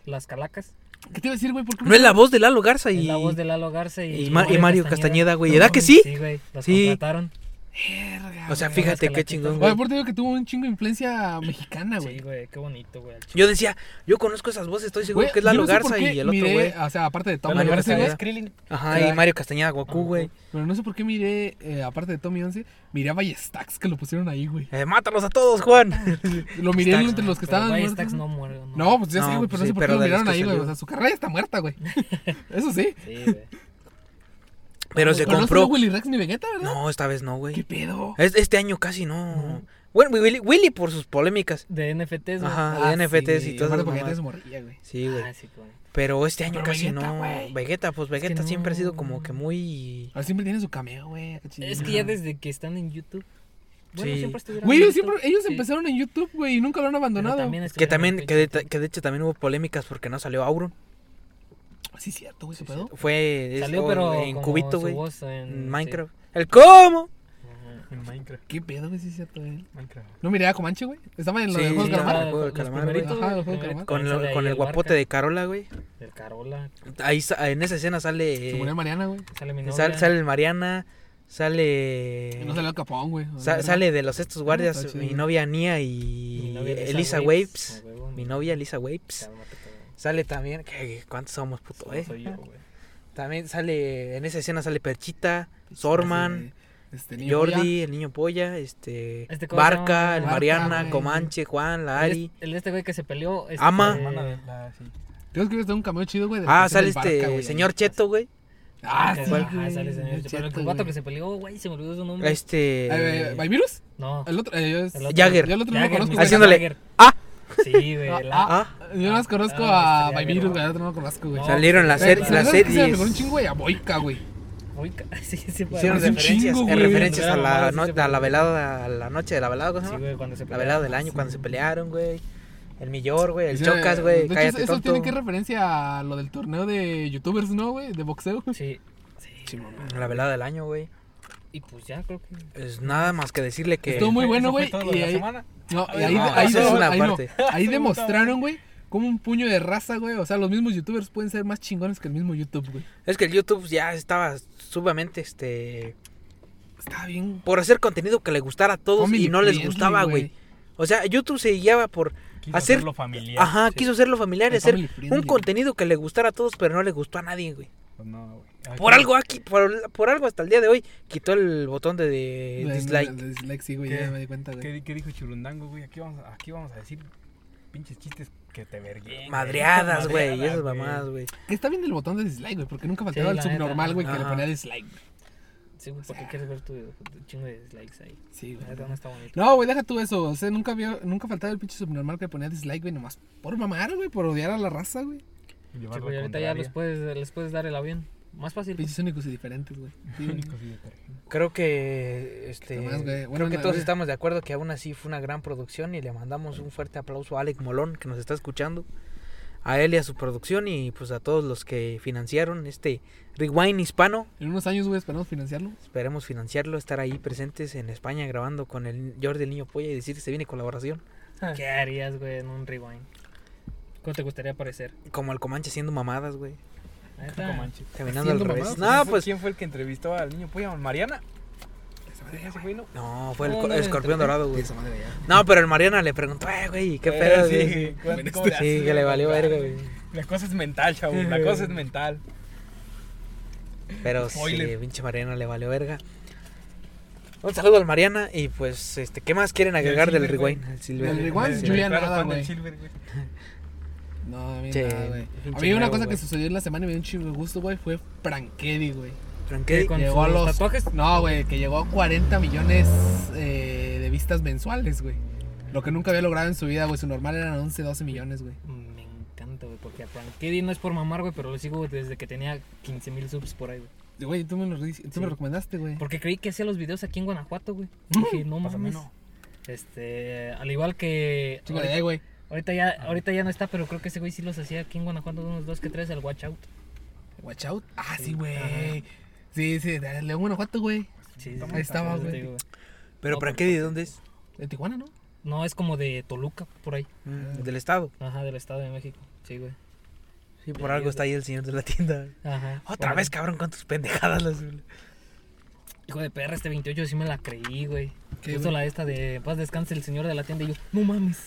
las calacas. ¿Qué te iba a decir, güey? ¿Por qué No es la voz de Lalo Garza y... Es la voz de Lalo Garza y, y Ma- y Mario Castañeda, güey. ¿Edad que mames, sí? Sí, güey. Los Sí. contrataron. Verga, O sea, güey. fíjate Las qué calaquitas. chingón, Güey, güey. aparte digo que tuvo un chingo de influencia mexicana, Sí, güey. güey. Qué bonito, güey. Yo decía, yo conozco esas voces, estoy seguro Güey, que es yo Lalo no sé por Garza qué y el otro, miré, güey. O sea, aparte de Tommy Lalo Once, Garza, güey, güey. Ajá, y Caray. Mario Castañeda Goku, Ajá. güey. Pero no sé por qué miré, eh, aparte de Tommy 11, miré a Ballestax que lo pusieron ahí, güey. Eh, mátalos a todos, Juan. Lo miré Stax, entre los que Pero, estaban. güey, muertos. Stax no muere. No, pues ya No, sé, güey, pero pues no sí, sé por qué pero lo de los miraron que ahí, güey. salió. O sea, su carrera ya está muerta, güey. Eso sí. Sí, güey. Pero se Pero no compró. salió Willy Rex ni Vegeta, ¿verdad? No, esta vez no, ¿Qué güey. pedo? Es- Este año casi no. Bueno, Willy, Willy por sus polémicas. De NFTs, güey. Ajá, Ah, de NFTs sí, y todo aparte eso. porque antes morría, güey. Sí, güey. Ah, sí, güey. Pero este año Pero casi Vegeta, no. güey. Vegeta, pues Vegeta no. siempre ha sido como que muy. Ahora siempre tiene su cameo, güey. qué chingón. Es que ya desde que están en YouTube. Bueno, Sí. siempre estuvieron. Güey, en ellos, YouTube, siempre, ellos sí, empezaron en YouTube, güey, y nunca lo han pero abandonado. también Que estuvieron también, en que de, Twitch. que de hecho también hubo polémicas porque no salió Auron. Sí, cierto, güey, qué pedo. Fue Salió, esto pero. en como Cubito, su güey. voz en- En Minecraft. ¿El cómo? sí. Ajá. En Minecraft. ¿Qué pedo, güey? Sí, cierto, güey. Minecraft. No miré a Comanche, güey. Estaba en lo Sí, de Juegos estaba- Calamar. el juego del los calamar, primeritos, güey. Ajá, el güey, juego del primeritos, Con, sale lo- ahí con el guapote Barca, de Carola, güey. Del Carola. Ahí sa- en esa escena sale. Se murió Mariana, güey. Sale mi novia. Sal- sale el Mariana, sale. No salió el Capón, güey. eh. sa- ¿verdad? sale de los estos guardias está chido. mi novia Nia Ah, pues Mi y novia Elisa Waves. a huevo, Mi novia Elisa Waves. Cálmate, cabrón. Sale también. que- ¿Cuántos somos, puto, eh? Soy yo, güey. También sale. En esa escena sale Perchita, Sorman, Este, niño Jordi, el niño polla, este. Este, ¿cómo se Barca, llama? el Barca, Mariana, güey. Comanche, Juan, la El, Ari. Ah, est- el este güey que se peleó. este, Ama. eh, Hermana de la. Sí. Tengo que ver, tengo un cameo chido, güey. de la Ah, canción sale del Barca, este güey, ahí. señor Cheto, güey. Ah, Que- sí, ajá, güey, sale ese es señor. Pero cierto, el vato güey. que se peleó, güey, se me olvidó su nombre. Eh, Este. ¿Virus? No. El otro. eh, yo es- El otro. Yo Jagger. el otro no lo Jagger, conozco. Mr. güey. Haciendo- Haciéndole, Jagger. Ah, Sí, güey. la- ah. Yo no las conozco Ah, a este By Jagger, Virus, güey. güey. ahorita No lo conozco, Ah, güey. pues, No, Salieron las, Eh, ser- ¿sabes las qué se me series. figuró un chingo, güey, a Boica, güey. Uy, ca- sí, sí, fue Hicieron Hace un referencias, chingo, eh, güey. referencias a la, Sí, no- sí, a la sí. velada, a la noche de la velada, ¿cómo se Sí, llama? güey, cuando se La pelearon. velada del año, cuando se pelearon, güey. El Millor, güey, el Sí, Chocas, de güey, hecho, cállate Eso tonto. tiene que referencia a lo del torneo de youtubers, ¿no, güey? De boxeo. Sí. La velada del año, güey. Y pues ya creo que. Es nada más que decirle que Estuvo muy bueno, güey. Eso fue todo y de la ahí- semana. No, y Ah, ahí, no, ahí, esa no, es una ahí no. parte. Ahí demostraron, güey, cómo un puño de raza, güey. O sea, los mismos youtubers pueden ser más chingones que el mismo YouTube, güey. es que el YouTube ya estaba sumamente este Está bien. por hacer contenido que le gustara a todos Family y no les friendly, gustaba, güey. O sea, YouTube se guiaba por Quiso Hacer- hacerlo familiar. ajá, Sí. quiso hacerlo familiar, y El hacer family friendly, un contenido que le gustara a todos, pero no le gustó a nadie, güey. Pues no, güey. Ay, Por qué- algo aquí, por, por algo hasta el día de hoy quitó el botón de, de De- dislike. de Dislike, sí, güey. ¿Qué? Ya me di cuenta, güey. ¿Qué, di- qué dijo Churundango, güey? Aquí vamos, a- aquí vamos a decir pinches chistes que te ¿eh? vergüen. Eh, Madreadas, güey, y esas mamadas, güey. Que está bien el botón de dislike, güey. Porque nunca faltaba Sí, el la subnormal, neta. güey, que le Ajá. ponía dislike. güey. Sí, güey, porque quieres ver tu tu chingo de dislikes ahí. Sí, La neta güey. no está bonito. No, güey, deja tú eso. O sea, nunca, había, nunca faltaba el pinche subnormal que le ponía dislike, güey, nomás por mamar, güey, por odiar a la raza, güey. Sí, güey, ahorita ya los puedes, les puedes dar el avión. Más fácil. Pinches únicos y diferentes, güey. Sí, güey. Ah. Creo que este Nada más, güey. Bueno, creo que no, todos güey. estamos de acuerdo que aún así fue una gran producción y le mandamos un fuerte aplauso a Alec Molón que nos está escuchando. A él y a su producción y pues a todos los que financiaron este Rewind Hispano. En unos años, güey, esperamos financiarlo. Esperemos financiarlo, estar ahí presentes en España grabando con el Jordi el Niño Polla y decir que se viene colaboración. ¿Qué harías, güey, en un rewind? ¿Cómo te gustaría aparecer? Como el Comanche haciendo mamadas, güey. La neta, Caminando al Haciendo revés. mamadas, No, pues. ¿Quién fue el que entrevistó al niño Puya? ¿Mariana? Ese güey, ¿no? No, fue el No, co- no lo escorpión dorado, güey. Esa madre, ya. No, pero el Mariana le preguntó, eh, güey, qué Eh, pedo, sí, güey. güey, ¿cómo- Bueno, cómo le Sí, haces, Ah, que le valió para- verga, güey. La cosa es mental, chavo. La cosa es mental. Pero sí, Spoiler. pinche Mariana le valió verga. Un saludo al Mariana y pues, este, ¿qué más quieren al agregar del Silver, güey. Rewind? Al Silver. Del Rewind, Sí. yo ya- Claro, nada, fan del güey. Silver, güey. No, a mí Che, nada, güey. A pinche mí una nuevo, cosa güey. que sucedió en la semana y me dio un chingo de gusto, güey, fue Franketti, güey. Frankie, Con Llegó a sus los tatuajes. No, güey, que llegó a 40 millones eh, de vistas mensuales, güey. Lo que nunca había logrado en su vida, güey. Su normal eran 11, 12 millones, güey. Me encanta, güey, porque a Frank Eddy no es por mamar, güey, pero lo sigo desde que tenía 15.000 subs por ahí, güey. Güey, tú me lo, dices- tú me Sí. lo recomendaste, güey. Porque creí que hacía los videos aquí en Guanajuato, güey. Dije, no Pásame mames. uno. Este, al igual que. Chinga ahorita- de, güey. Ahorita ya, ahorita ya no está, pero creo que ese güey sí los hacía aquí en Guanajuato, unos dos que tres, el Watch Out. Watch out. Ah, sí, Sí, güey. ajá. Sí, sí, de León, Guanajuato, güey. Sí, sí, Ahí sí, estaba, por eso te güey. digo, Pero No, Frankie, ¿de dónde es? De Tijuana, ¿no? No, es como de Toluca, por ahí. Mm, Del estado. Ajá, del Estado de México. Sí, güey. Sí, por algo está ahí el señor de la tienda. Ajá. Otra Por vez, ahí. cabrón, con tus pendejadas. las- Hijo de perra, este 28 sí me la creí, güey. ¿Qué, Puso güey? la esta de paz descanse el señor de la tienda y yo, no mames.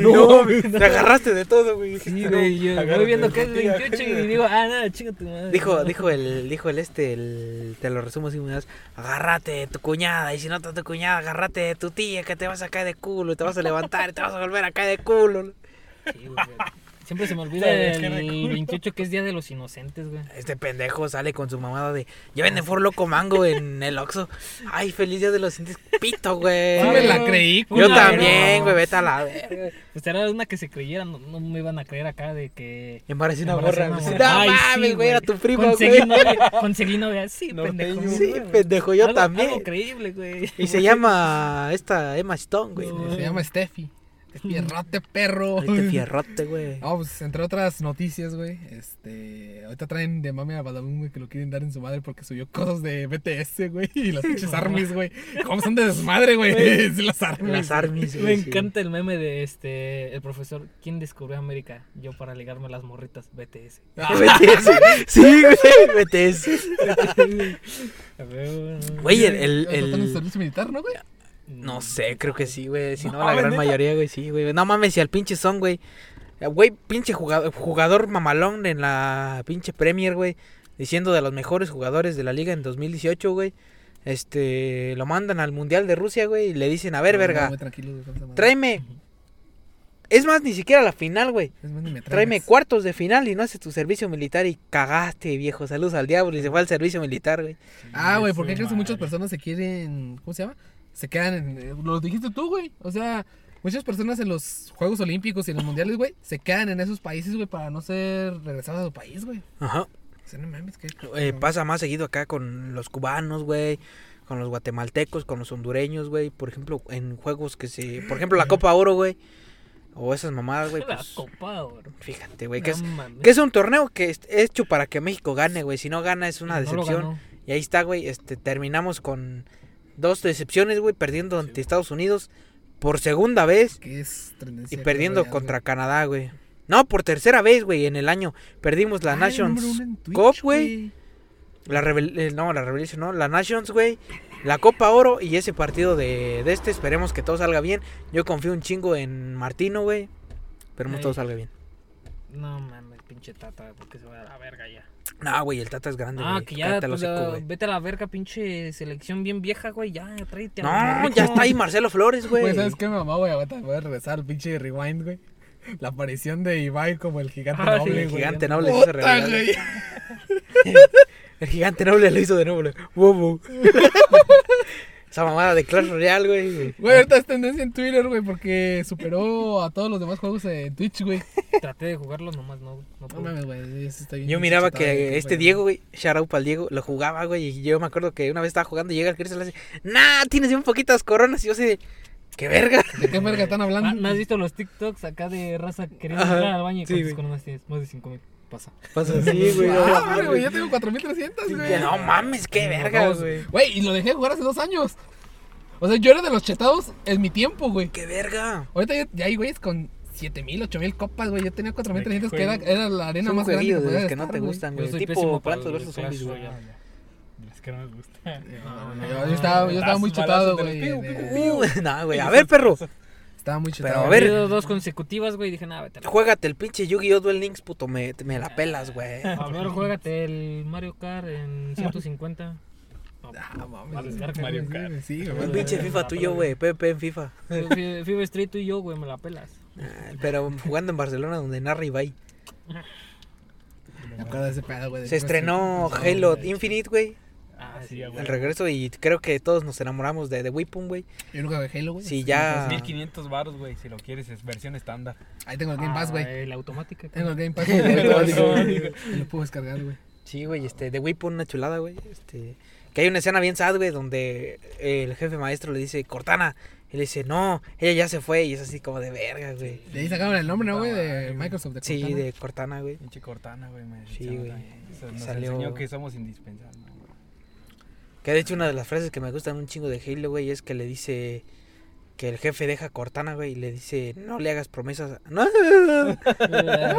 No, te agarraste de todo, güey. Sí, güey, yo Agárrate voy viendo de que es frutilla. 28 y digo, ah, nada, chinga tu madre. Dijo, dijo el, dijo el este, el- te lo resumo así, me das, agárrate de tu cuñada, y si no está tu cuñada, agárrate de tu tía, que te vas a caer de culo, y te vas a levantar, y te vas a volver a caer de culo. Sí, güey. Siempre se me olvida Te dejé de el culo. 28 que es Día de los Inocentes, güey. Este pendejo sale con su mamada de, yo venden for loco mango en el Oxxo. Ay, feliz día de los indios, pito, güey. Sí, me la creí, Yo Una, también, no. güey, vete a la verga. Pues era una que se creyera, no, no me iban a creer acá de que... Embaracé una Embaracé gorra. una No morra. Ay, mames, sí, güey, era güey. tu prima, conseguí güey. novia, conseguí novia, sí, No, pendejo. tengo- Sí, pendejo, yo Algo- Algo también. increíble, güey. Y se llama esta Emma Stone, güey. No. Se llama Steffi. Fierrote, perro. Este fierrote, güey. No, pues entre otras noticias, güey, este, ahorita traen de mame a Badabun, güey, que lo quieren dar en su madre porque subió cosas de BTS, güey, y las pinches armies, güey. ¿Cómo son de desmadre, güey? Sí, las armies. Las armies, Me güey. sí. encanta el meme de este, el profesor, ¿quién descubrió América? Yo para ligarme a las morritas, BTS. BTS. Sí, güey, BTS. A ver, Mm. Güey, el, el, Ya están en el- servicio militar, ¿no, güey? No sé, creo que sí, güey. Si no, No, la gran ¿neta? mayoría, güey, sí, güey. No mames, si al pinche son, güey. Eh, Güey, pinche jugador, jugador mamalón en la pinche Premier, güey. Diciendo de los mejores jugadores de la liga en 2018, güey. Este, lo mandan al Mundial de Rusia, güey. Y le dicen, a ver, No, verga, Muy tranquilo, güey, con esa madre. tráeme Es más, ni siquiera la final, güey. Es más, ni me Tráeme traigas. cuartos de final y no haces tu servicio militar y cagaste, viejo. Saludos al diablo y se fue al servicio militar, güey. Ah, güey, porque Su crees que muchas madre. personas se quieren. ¿Cómo se llama? Se quedan en. eh, Lo dijiste tú, güey. O sea, muchas personas en los Juegos Olímpicos y en los Mundiales, güey, se quedan en esos países, güey, para no ser regresados a su país, güey. Ajá. O sea, no mames, que. Eh, pasa más seguido acá con los cubanos, güey. Con los guatemaltecos, con los hondureños, güey. Por ejemplo, en juegos que se. Por ejemplo, la Copa Oro, güey. O esas mamadas, güey. La Pues, copa, bro. fíjate, güey. Que es, No mames. que es un torneo que es hecho para que México gane, güey. Si no gana, es No una lo decepción. ganó. Y ahí está, güey. Este, terminamos con dos decepciones, güey. Perdiendo ante Estados Unidos por segunda vez Que es y 37 perdiendo medallas, contra güey. Canadá, güey. No, por tercera vez, güey, en el año. Perdimos la Ah, el Nations número uno en Twitch, Cup, güey. La Rebel- eh, no, la Revelation, no. La Nations, güey. La Copa Oro y ese partido de, de este. Esperemos que todo salga bien. Yo confío un chingo en Martino, güey. Esperemos Ey. todo salga bien. No mames, pinche tata, porque se va a la verga ya. No, güey, el Tata es grande, Ah, güey. que ya, Cállate el pues, hocico, ah, güey. vete a la verga, pinche selección bien vieja, güey, ya, tráete a No, Marruecos. ya está ahí Marcelo Flores, güey. Pues, Güey, ¿sabes qué, mamá, güey? Ahorita voy a regresar al pinche rewind, güey. La aparición de Ibai como el gigante Ah, sí, noble, El güey. ya. gigante noble se hizo Puta, realidad. güey. El gigante noble lo hizo de nuevo, güey. Wow, wow. Esa mamada de Clash Royale, güey. Güey, ahorita es tendencia en Twitter, güey, porque superó a todos los demás juegos en Twitch, güey. Traté de jugarlo nomás, no, güey, No no pude. mames, güey. eso está bien Yo miraba chetado, güey, que este güey. Diego, güey, shout out al Diego, lo jugaba, güey. Y yo me acuerdo que una vez estaba jugando y llega el Chris y le dice, nah, tienes bien poquitas coronas. Y yo así de, qué verga. ¿De qué verga están Ah, hablando? ¿No has visto los TikToks acá de raza queriendo Ajá, entrar al baño y sí, cuántas güey. coronas tienes? Más de 5000. Pasa. Pasa así, güey. Ah, no madre, mames. güey, ya tengo 4300, Y güey. que, No mames, qué verga, Dos, güey. Güey, y lo dejé de jugar hace dos años. O sea, yo era de los chetados en mi tiempo, güey. Qué verga. Ahorita ya, ya hay güeyes con 7000, 8000 copas, güey. Yo tenía 4300, que era, juego. era la arena Son más grande. jueguillos de podía los que no estar, te güey. Yo gustan, Ah, güey. soy Tipo pésimo para Plantas el vs Clash Zombies, güey. Royale. Es que no me gusta. Eh, Ah, No, no, yo, yo estaba, yo estaba muy Balazos, chutado, balazos, güey. pero de- piu, piu, de- Uh, nah, güey. A ver, perro. Estaba muy chutado. a A ver. ver. dos consecutivas, güey, dije, nada, vete. a la- Juégate el pinche Yu-Gi-Oh! Duel Links, puto. Me, me la pelas, güey. A ver, juégate el Mario Kart en 150. Ah, mames. Mario Kart, Mario Sí, Kart. güey, Sí, Un güey. pinche FIFA tuyo, güey. PP en FIFA. Fi- Fibre Street, tú y yo, güey, me la pelas. Ah, Pero jugando en Barcelona, donde narra Ibai. Me acuerdo de ese pedo, güey. de Se Crash estrenó Bandicoot. Halo Infinite, güey. Ah, sí, sí, a güey. El regreso y creo que todos nos enamoramos de The Weapon, güey. Yo nunca jugué Halo, güey. Sí, ya. 1500 baros, güey, si lo quieres, es versión estándar. Ahí tengo el Game Pass, güey. Ah, eh, La automática. Tengo el Game Pass. Y lo puedo descargar, güey. Sí, güey, este, The Weapon, una chulada, güey. Este, que hay una escena bien sad, güey, donde el jefe maestro le dice, Cortana. Y le dice, no, ella ya se fue. Y es así como de verga, güey. De ahí sacaron el nombre, ¿no, güey? De Microsoft. De Sí, Cortana. de Cortana, güey. Pinche Cortana, güey, me Sí, decepcionó güey. también. Eso Nos Salió- enseñó que somos indispensables. güey. Que de hecho una de las frases que me gustan un chingo de Halo, güey, es que le dice que el jefe deja a Cortana, güey, y le dice, no le hagas promesas. a- No.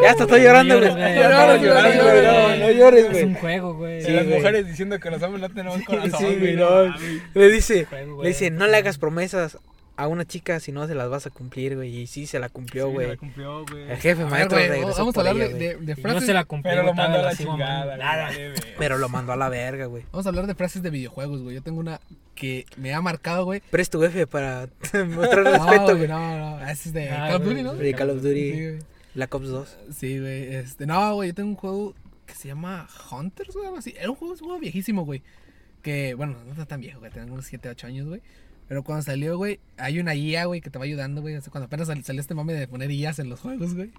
Ya hasta estoy llorando, güey. llores, No llores, no llores, güey, no No llores, Es un güey. juego, güey. Sí, las güey. mujeres diciendo que los hombres no tenemos corazón. Sí, güey, no no. mames. Le dice, Juego, le güey. dice, no le hagas promesas a una chica si no se las vas a cumplir, güey. Y sí se la cumplió, Sí, la güey. cumplió, güey. El jefe A ver, maestro Ah, güey, regresó Vamos a por hablar de, ella, güey. de- de Y Yo frases. se la compré, Pero lo güey, mandó a estaba la sigo chingada. amando. Nada. Pero lo mandó a la verga, güey. Vamos a hablar de frases de videojuegos, güey. Yo tengo una que me ha marcado, güey. Pero es tu jefe para mostrar No, respeto, güey, güey. no, no. Ese es de Ah, Call of güey, Duty, ¿no? sí. De Call of Sí, Duty, güey. Black Ops 2. Sí, güey. Este, no, güey, yo tengo un juego que se llama Hunters, güey, algo así. Era un juego, es un juego viejísimo, güey. Que, bueno, no está tan viejo, güey. Tenía unos 7, 8 años, güey. Pero cuando salió, güey, hay una IA, güey, que te va ayudando, güey. O sea, cuando apenas sal- salió este mame de poner IAs en los juegos, güey.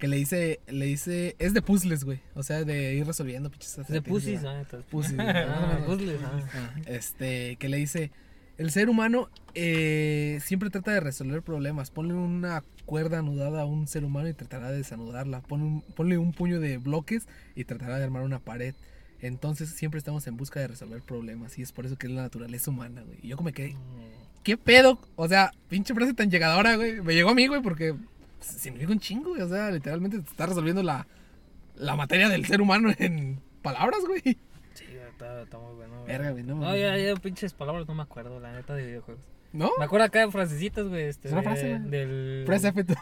Que le dice, le dice, es de puzzles, güey. O sea, de ir resolviendo pinches. De acertijos, pussies, güey. ah, entonces. Pussies, güey, más o Ah, menos. puzzles, ah. Este, que le dice, el ser humano eh, siempre trata de resolver problemas. Ponle una cuerda anudada a un ser humano y tratará de desanudarla. Pon un- ponle un puño de bloques y tratará de armar una pared. Entonces siempre estamos en busca de resolver problemas y es por eso que es la naturaleza humana, güey. Y yo como me quedé, Mm, ¿qué pedo? O sea, pinche frase tan llegadora, güey. Me llegó a mí, güey, porque significa un chingo, güey. O sea, literalmente te está resolviendo la, la materia del ser humano en palabras, güey. Sí, está, está muy bueno. güey. Verga, güey, no. No, ya, ya, pinches palabras, no me acuerdo, la neta, de videojuegos. ¿No? Me acuerdo acá de frasecitas, güey. Este, Es una de- frase, güey. del. Frase tú.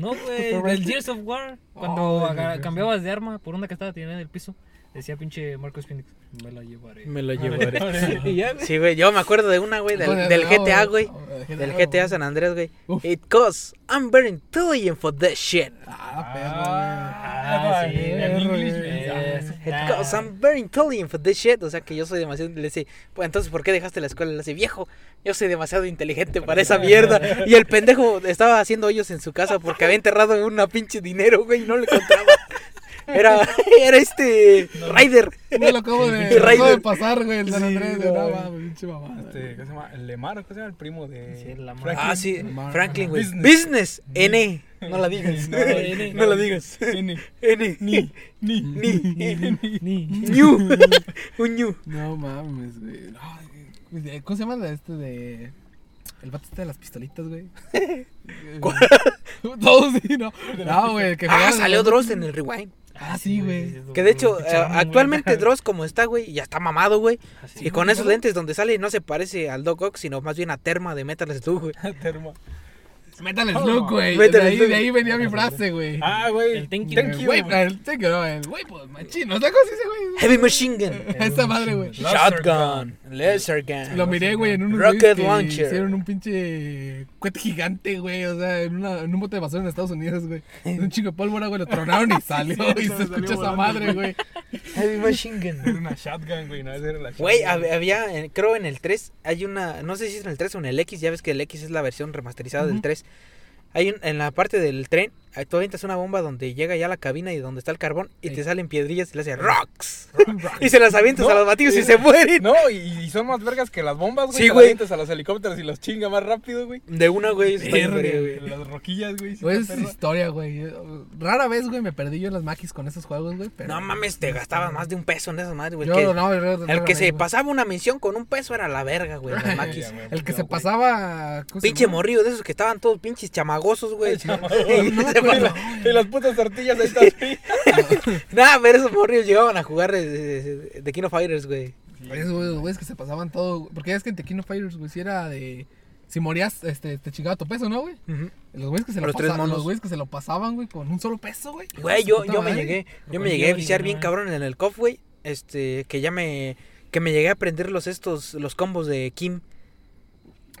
No, güey, Frase. del Gears of War. Oh, Cuando del aga- Gears. cambiabas de arma por una que estaba tirada en el piso. Decía pinche Marcos Phoenix, me la llevaré. Me la llevaré. y ya, güey. Sí, güey, yo me acuerdo de una, güey, del, del GTA, güey. Del GTA San Andrés, güey. It costs, I'm very intelligent for that shit. Ah, Ah, sí, en perro, English, güey. güey. It Ah. costs, I'm very intelligent for that shit. O sea que yo soy demasiado. Le dice, pues entonces, ¿por qué dejaste la escuela? Le dice, viejo, yo soy demasiado inteligente para esa mierda. Y el pendejo estaba haciendo hoyos en su casa porque había enterrado en una pinche dinero, güey, y no lo encontraba. Era, era este Ryder. No lo acabo de, pinche lo acabo de Raider. pasar, güey, el San Sí, Andrés. no, de no, güey. mames, pinche mamada. Este, ¿Qué se llama? El Lemar, ¿qué se llama? El primo de. Sí, el Lamar. Franklin. Ah, sí, Mar- Franklin, güey. Business. Mm. Business, N. No la digas. No, N. No la digas. N. N. Ni. Ni. Ni. Ni. Ñu. Un ñu. No mames, güey. Ay, güey, de- ¿Cómo se llama de este de. El vato este de las pistolitas, güey? ¿Cuál? Todos sí, no. No, güey, el que Ah, jugaba- salió Dross en el rewind. Ah, sí, güey. Que de hecho, Qué eh, charrón, güey. actualmente Dross, como está, güey, ya está mamado, güey. Así. Y con esos lentes donde sale no se parece al Doc Ock, sino más bien a Terma de Metal Slug, güey. Termo. Metal Slug, güey. De Metal ahí, Slug. de ahí venía mi frase, güey. Ah, güey. El thank you. El güey, el thank you, no, el güey, pues machino. ¿Sabes cómo se dice, güey? Heavy Machine Gun. Esa madre, güey. Shotgun. Laser Lo Gun. miré, güey, en unos Rocket güeyes que launcher. Hicieron un pinche cohete gigante, güey. O sea, en, una- en un bote de basura en Estados Unidos, güey. Un chingo de pólvora, güey, lo tronaron y salió. y se salió escucha esa volando, madre, güey. Heavy Machine Gun. Era una shotgun, güey. No, esa era la shotgun. Güey, hab- había, eh, creo en el 3, hay una, no sé si es en el 3 o en el X, ya ves que el X es la versión remasterizada del 3. Hay un, en la parte del tren, ahí tú avientas una bomba donde llega ya la cabina y donde está el carbón y Ey. te salen piedrillas y le hace rocks. y se las avientas a los batidos y se mueren. No, y, y son más vergas que las bombas, güey. Sí, que las güey. avientas a los helicópteros y los chinga más rápido, güey. De una, güey. está bien Verga, verga, güey. Las roquillas, güey. Pues, sí, Güey, está esa es perro. historia, güey. Rara vez, güey, me perdí yo en las maquis con esos juegos, güey. Pero... No mames, te gastabas más de un peso en esas madres, güey. Yo, que- no, yo- el rara que vez, se güey. pasaba una mención con un peso era la verga, güey. las maquis. Ya, güey, El que no, se güey. pasaba. ¿cómo se Pinche llama? morrillo de esos que estaban todos pinches chamagosos, güey. No me Se acuerdo. pasaba- Y las putas tortillas ahí están. Nada, pero esos morrillos llegaban a jugar de, de, de- de King of Fighters, güey. Esos güey, los güeyes que se pasaban todo. güey. Porque es que en Tequino Fighters, güey, si era de. Si morías, este, te chingaba tu peso, ¿no, güey? Los güeyes que se lo Los tres pasaban, monos. los güeyes que se lo pasaban, güey, con un solo peso, güey. Güey, Su yo, puta yo me madre. llegué, yo Con me llegué a Johnny, viciar no bien mames. cabrón en el COF, güey. Este, que ya me, que me llegué a aprender los estos, los combos de Kim,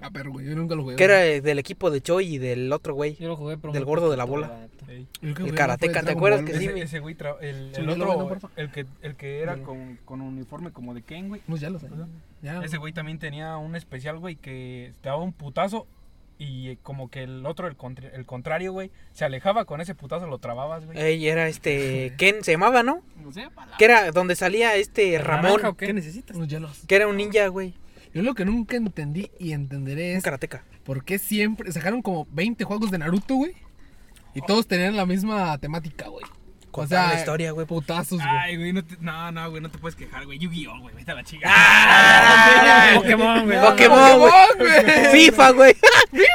Ah, pero güey, yo nunca lo jugué. que güey. era del equipo de Choi y del otro güey. Yo lo jugué, pero Del muy gordo de la poquito, la bola. neta. Ey, Yo creo que el güey, no fue karateca, ¿te Dragon acuerdas Ball, que güey. sí? Ese, ese güey, tra- el, el Súbelo, güey, no, otro, porfa. el que, el que era con, con uniforme como de Ken, güey. Unos ya los hay. Ya. Ese güey también tenía un especial, güey, que te daba un putazo y eh, como que el otro, el, contr- el contrario, güey, se alejaba con ese putazo, lo trababas, güey. Ey, era este, Ken se llamaba, ¿no? No sé, pa' la- Que era donde salía este Ramón, ¿Naranja o qué? necesitas? Unos hielos. que era un ninja, güey. Yo lo que nunca entendí y entenderé Un es karateca. por qué siempre sacaron como 20 juegos de Naruto, güey. Y todos tenían la misma temática, güey. O Contaba sea, la historia, güey. pues. Putazos, pues, güey. Ay, güey, no, te, no, no, güey, no te puedes quejar, güey. Yu-Gi-Oh, güey, vete a la chica. ¡Ah! Pokémon, güey. Pokémon, güey. güey. FIFA, güey.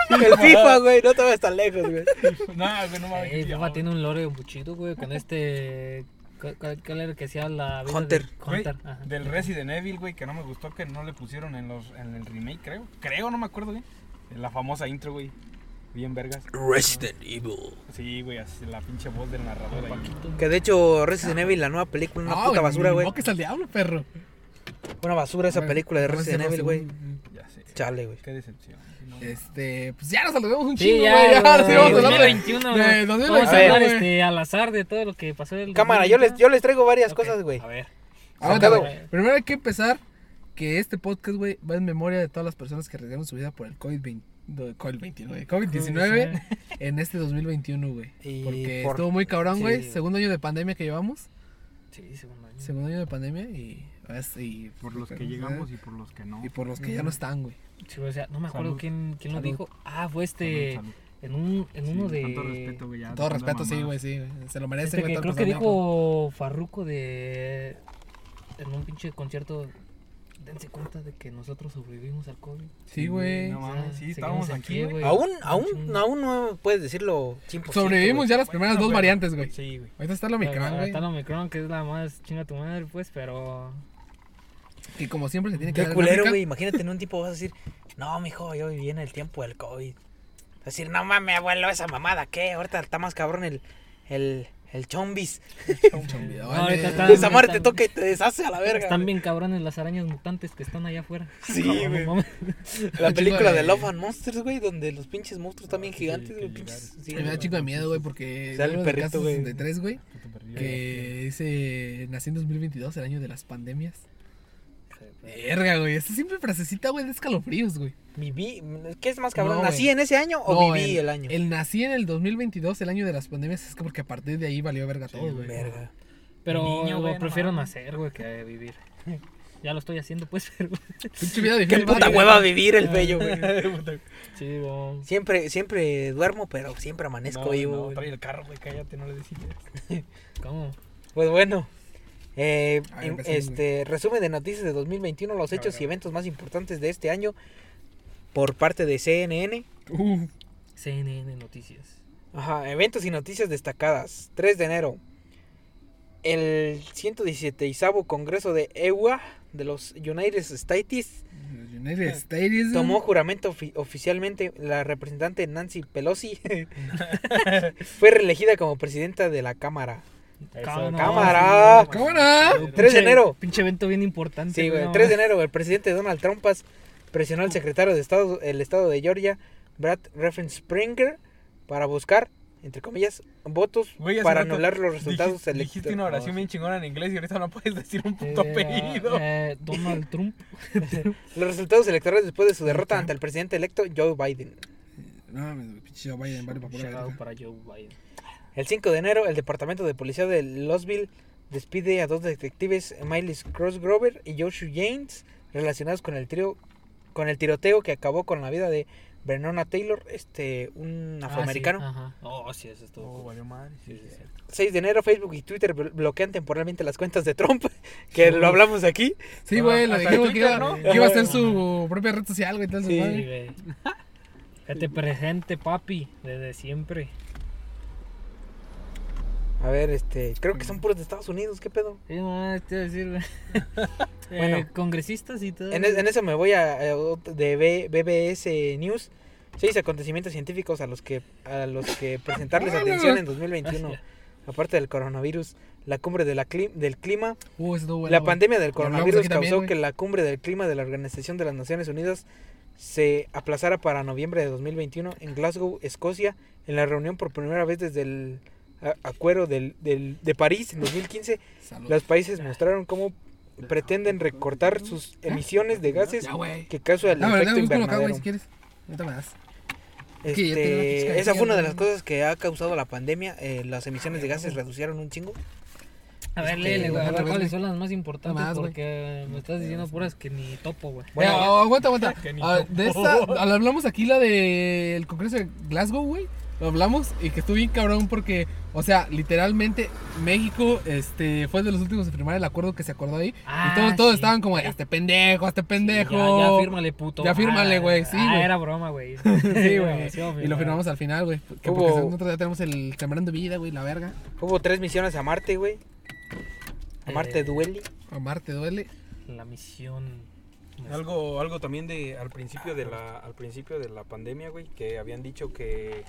El FIFA, güey. No te vas tan lejos, güey. No, güey, no mames. Ey, Yu-Gi-Oh, Boba Eh, tiene un lore muy chido, güey, con este... ¿cu- cu- ¿Cuál era el que hacía la... vida Hunter. de- Güey, Hunter, ajá. del Resident Evil, güey, que no me gustó que no le pusieron en los en el remake, creo. Creo, no me acuerdo bien. La famosa intro, güey. Bien vergas. Resident Evil. Sí, güey, así la pinche voz del narrador ahí. Que de hecho, Resident Evil, la nueva película, una No, puta güey, basura, ni güey. moques al diablo, perro. Una basura esa Bueno, película de no sé si Resident no, Evil, güey. según- mm, Ya sé. Chale, güey. Qué decepción. No, Este, pues ya nos saludamos un Sí, chingo, güey. ya, Ya, güey. sí, vamos a hablar de- 2021, de güey. 2021, Vamos a hablar güey. este, al azar de todo lo que pasó el Cámara, yo les, yo les traigo varias cosas, güey. A ver. Aguanta, Sacado. güey. Primero hay que empezar que este podcast, güey, va en memoria de todas las personas que arriesgaron su vida por el COVID-20 do- COVID-19, COVID-19 en este 2021, güey. Y Porque por- estuvo muy cabrón, sí, güey. güey. Segundo año de pandemia que llevamos. Sí, segundo año. Segundo año de pandemia y... as- y Por los que pero, llegamos y por los que no. ¿eh? Y por los que ya no están, güey. Sí, o sea, no me acuerdo Salud. quién, quién lo Salud. dijo. Ah, fue este... Salud, salud. En, un, en Sí, uno con de... todo respeto, güey. ya, Con todo tanta respeto, sí, mamada. güey, sí. güey. Se lo Este merecen, que güey. creo todas pues que las personas, güey. dijo Farruco de. En un pinche concierto. Dense cuenta de que nosotros sobrevivimos al COVID. Sí, güey. No mames, sí, Seguimos estábamos en aquí, pie, güey. Aún, aún, Chingo. aún no puedes decirlo 100%. Sobrevivimos güey. ya las primeras dos Bueno, variantes, güey. Sí, güey. Ahorita está el Omicron, Ahora güey. Está el Omicron, que es la más chinga tu madre, pues, pero. Que como siempre se tiene que Qué dar culero, dinámica. güey. Imagínate en un tipo vas a decir, no, mijo, yo viví en el tiempo del COVID. Vas a decir, no mames, abuelo, esa mamada, ¿qué? Ahorita está más cabrón el, el, El chombis. Chombiado, No, ahorita eh. está- Esa madre te están- toca y te deshace a la verga. Están güey. bien cabrones las arañas mutantes que están allá afuera. Sí, No, no güey. mames. La película de Chingo de- Love and Monsters, güey, donde los pinches monstruos están bien gigantes, güey. pinches- sí, Me da güey. chico de miedo, güey, porque. Sale el uno de perrito, Casos güey. 63, güey. Puto perrillo. Que dice. Nací en 2022, el año de las pandemias. Verga, güey. Esta siempre frasecita, güey, de escalofríos, güey. Viví. ¿Qué es más cabrón? No, ¿Nací güey. en ese año o No, viví el, año? El nací en el 2022, el año de las pandemias, es que porque a partir de ahí valió verga todo, güey. Verga. Pero Niño, güey, güey, no prefiero mames. nacer, güey, que vivir. Ya lo estoy haciendo, pues, pero... Pinche vida Qué difícil. puta güey. hueva vivir el bello, güey. Sí, güey. Siempre, siempre duermo, pero siempre amanezco No, vivo. no, güey. trae el carro, güey, cállate, no le des ideas. ¿Cómo? Pues bueno. eh, A ver, en- empecemos, este resumen de noticias de 2021, los Ah, A hechos ver, a y ver. eventos más importantes de este año por parte de CNN. Uh, CNN Noticias. Ajá, eventos y noticias destacadas. 3 de enero. El 117 Congreso de EUA de los United States United States. güey. tomó juramento ofi- oficialmente. La representante Nancy Pelosi fue reelegida como presidenta de la Cámara. Cámara. Cámara. Cámara. 3 de enero. Pinche evento bien importante. Sí, güey. no 3 de mames. enero, el presidente Donald Trump presionó Oh. al secretario de Estado, el Estado de Georgia, Brad Reffen Springer, para buscar, entre comillas, votos Güey, hace para rato anular los resultados dijiste, dijiste una electorales. oración bien chingona en inglés y ahorita no puedes decir un puto Eh, apellido. eh, Donald Trump. Los resultados electorales después de su derrota ante el presidente electo Joe Biden. No mames, güey, pinche Biden, vale, para pura Shout out verga. para Joe Biden. Ah, El 5 de enero, el Departamento de Policía de Losville despide a dos detectives, Miles Crossgrover y Joshua James, relacionados con el trío con el tiroteo que acabó con la vida de Bernona Taylor, este un Ah, sí, afroamericano. ajá. Oh, sí, eso estuvo. Oh, cool. valió madre, sí, sí, sí. 6 de enero, Facebook y Twitter blo- bloquean temporalmente las cuentas de Trump, que lo hablamos aquí. Sí, güey, lo Hasta dijimos que Twitter, iba, ¿no? que iba a ser su propia red social, güey. tal, su Sí. Sí, madre. güey. Que te presente, papi, desde siempre. A ver, este, creo que son puros de Estados Unidos, ¿qué pedo? Sí, no, te iba a decir, güey. Bueno. Eh, congresistas y todo. En, es- en eso me voy a, a ot- de B- BBS News. Seis acontecimientos científicos a los que a los que presentarles atención en 2021. Aparte del coronavirus, la cumbre de la cli- del clima, Uh, eso estuvo bueno, la güey. pandemia del Lo hablamos coronavirus aquí también, causó güey. que la cumbre del clima de la Organización de las Naciones Unidas se aplazara para noviembre de 2021 en Glasgow, Escocia, en la reunión por primera vez desde el a- acuerdo del- del- de París en 2015 Salud. los países mostraron cómo pretenden recortar sus emisiones de gases Ya, güey. que causa el La verdad, efecto búscalo acá, güey, invernadero. si quieres. Ahorita me das. Es que ya tengo la pinche Este, canción, esa fue una de güey. las cosas que ha causado la pandemia. eh, las emisiones de gases reducieron un chingo. A ver, Este, léele, güey. a otra ver vez, cuáles güey. son las más importantes Nada más, güey. porque me estás diciendo puras que ni topo, güey. Bueno, Bueno, oh, aguanta, aguanta. Que ni Ah, topo. de esta, ah, la hablamos aquí la del Congreso de Glasgow, güey. Lo hablamos y que estuvo bien cabrón porque, o sea, literalmente México este, fue de los últimos en firmar el acuerdo que se acordó ahí. Ah, y todos, todos sí. estaban como, de, este pendejo, este pendejo. Ya, ya fírmale, puto. Ya fírmale, Ah, güey, sí, Ah, güey. era broma, güey. Sí, güey. Sí, obvio, y lo güey. firmamos al final, güey. Que Hubo- porque según nosotros ya tenemos el sembrando vida, güey, la verga. Hubo tres misiones a Marte, güey. A Marte Eh, Dueli. Amarte duele. La misión. Algo, algo también de al principio de la, al principio de la pandemia, güey, que habían dicho que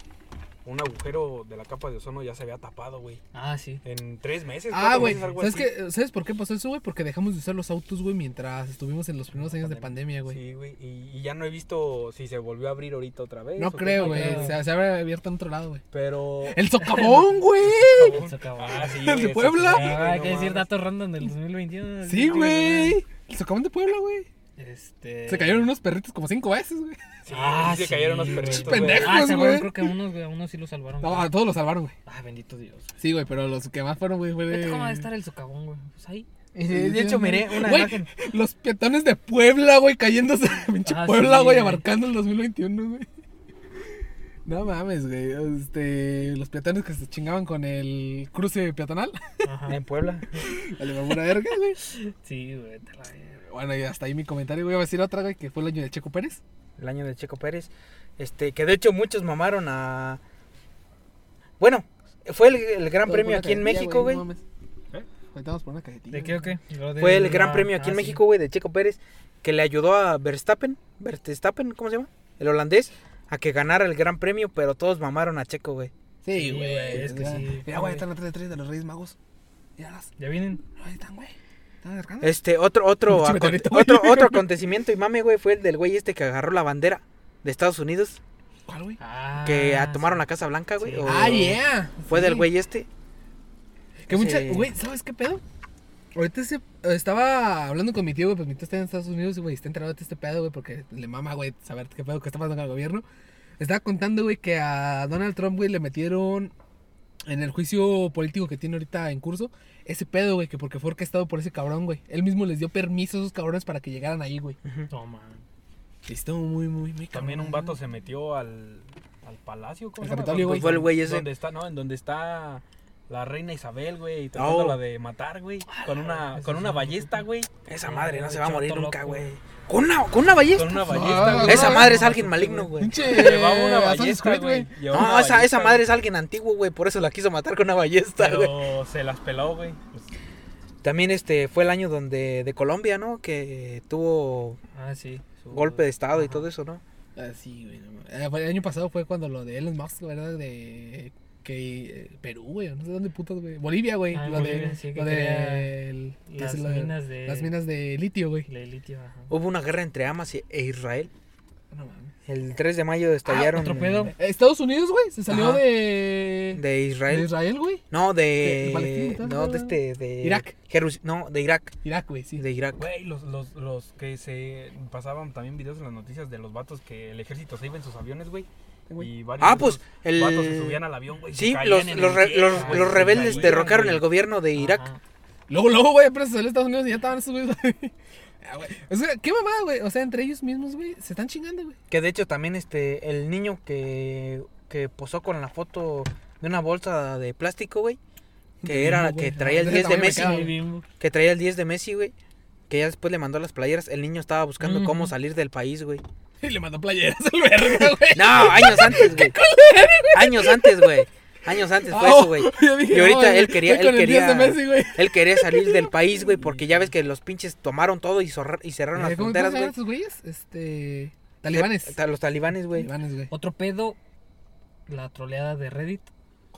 un agujero de la capa de ozono ya se había tapado, güey. Ah, sí. En tres meses. Ah, cuatro güey. meses, algo ¿Sabes, así. qué? ¿Sabes por qué pasó eso, güey? Porque dejamos de usar los autos, güey, mientras estuvimos en los primeros años de pandemia, güey. Sí, güey. Y, y ya no he visto si se volvió a abrir ahorita otra vez. No o qué creo, tal, güey. creo. Se, se habrá abierto en otro lado, güey. Pero. ¡El socavón, güey! Se acabó. Ah, sí, ¿El güey, de eso Puebla? sí, güey, Ah, hay no que decir mames. datos random del 2021. Sí, güey. El socavón de Puebla, güey. Este... Se cayeron unos perritos como cinco veces, güey. Sí, Ah, sí, sí, se cayeron los güey. perritos. Pinches güey. pendejos. Ah, Lejos, salvaron, güey. creo que a unos, güey, a unos sí lo salvaron. No, güey. a todos los salvaron, güey. Ah, bendito Dios. Sí, güey, pero los que más fueron, güey, fue de... Vete ¿Cómo va a estar el socavón, güey? Pues ahí. De hecho, miré una Güey, imagen. los peatones de Puebla, güey, cayéndose. Pinche Ah, Puebla, güey, sí, güey. abarcando el 2021, güey. No mames, güey. Este, los peatones que se chingaban con el cruce peatonal. Ajá. ah, En Puebla. Vale, me pura verga, güey. Sí, güey, te la verga. Bueno, y hasta ahí mi comentario. Voy a decir otra, güey, que fue el año de Checo Pérez. El año de Checo Pérez. Este, que de hecho muchos mamaron a. Bueno, fue el, el gran Todo por premio una aquí en cajetilla, México, güey. no mames. ¿Eh? Ahorita vamos por una cajetilla. ¿De qué o qué? Lo de Fue el gran la- premio aquí en ah, sí. México, güey, de Checo Pérez, que le ayudó a Verstappen, Verstappen, ¿cómo se llama? El holandés, a que ganara el gran premio, pero todos mamaron a Checo, güey. Sí, güey. es que mira, sí, Mira, güey, güey. están las tres de tres de los Reyes Magos. Míralas. Ya vienen. Ahí están, güey. Están acercando. Este, otro, otro, Pinche aconte- meteorito, güey. otro, otro acontecimiento y mame, güey, fue el del güey este que agarró la bandera de Estados Unidos, ¿Cuál, güey? Ah, que sí. a- tomaron la Casa Blanca, güey. Sí. o- Ah, yeah. Fue del Sí. güey este. Que mucha, Sí. güey, ¿sabes qué pedo? Ahorita ese- estaba hablando con mi tío, güey, pues mi tío está en Estados Unidos, güey, está enterado de este pedo, güey, porque le mama, güey, saber qué pedo que está pasando con el gobierno. Estaba contando, güey, que a Donald Trump, güey, le metieron en el juicio político que tiene ahorita en curso, ese pedo, güey, que porque fue orquestado por ese cabrón, güey. Él mismo les dio permiso a esos cabrones para que llegaran ahí, güey. No, man. Y estuvo muy, muy, muy También cabrón, un vato güey. se metió al, al palacio. ¿cómo Al se llama? Capitolio, güey. Fue el güey ese. Donde está, no, en donde está la reina Isabel, güey, y Oh. tratándola de matar, güey, con Ah, una, con una ballesta, güey, Esa madre no se va a Chato morir nunca, loco. güey. Con una, con una ballesta. con una Ah, ballesta, güey. Esa madre es alguien maligno, güey. Pinche. Llevaba una ballesta, Assassin's Creed, güey. Llevaba No, una esa, esa ballesta, madre es alguien antiguo, güey, por eso la quiso matar con una ballesta, güey. Pero se las peló, güey. Pues, También este fue el año donde de Colombia, ¿no? Que tuvo Ah, sí. su- golpe de estado y Ajá. todo eso, ¿no? Ah, sí, güey. no mames. Eh, fue- El año pasado fue cuando lo de Elon Musk, ¿verdad? De que eh, Perú, güey, no sé dónde putas, güey. Bolivia, güey. Ah, lo Bolivia, de, sí, que lo quería de el- que las es lo de- minas de- las minas de litio, güey. Le litio, ajá. Hubo una guerra entre Hamas y- e Israel. No mames. Eh, El 3 de Ah, mayo estallaron otro pedo. Estados Unidos, güey, se salió Ajá. de de de Israel. Israel, güey. No, de Palestina, de tal, no de ¿verdad? este de Irak. Jerus- no, de Irak, Irak, güey, sí. de Irak. Güey, los, los, los que se pasaban también videos en las noticias de los vatos que el ejército se iba en sus aviones, güey. güey. Y varios Ah, de pues esos el vatos se subían al avión, güey. y se Sí, caían los, en el los, re- jet, los, güey, los se rebeldes caían, derrocaron güey. el gobierno de Irak. Ajá. Luego, luego, güey, apenas se salió de Estados Unidos y ya estaban esos güeyes. Ah, güey. O sea, qué mamada, güey. O sea, entre ellos mismos, güey, se están chingando, güey. Que de hecho también este el niño que, que posó con la foto de una bolsa de plástico, güey, que era Bimbo, que güey. traía el Ese 10 de tamaño me Messi, caga, Muy güey. bimbo. que traía el 10 de Messi, güey, que ya después le mandó las playeras, el niño estaba buscando cómo Ujú. salir del país, güey. Y le mandó playeras al verga, güey. No, años antes, güey. Años antes, güey. Años antes fue Ah, eso, güey. yo dije, Y ahorita no, él güey, quería, estoy él con el 10 quería, de Messi, güey. él quería salir del país, güey, porque ya ves que los pinches tomaron todo y, zorra- y cerraron las Eh, ¿Cómo fronteras, están güey. estos güeyes? Este. Talibanes. Ta- Los talibanes, güey. Talibanes, güey. Otro pedo, la troleada de Reddit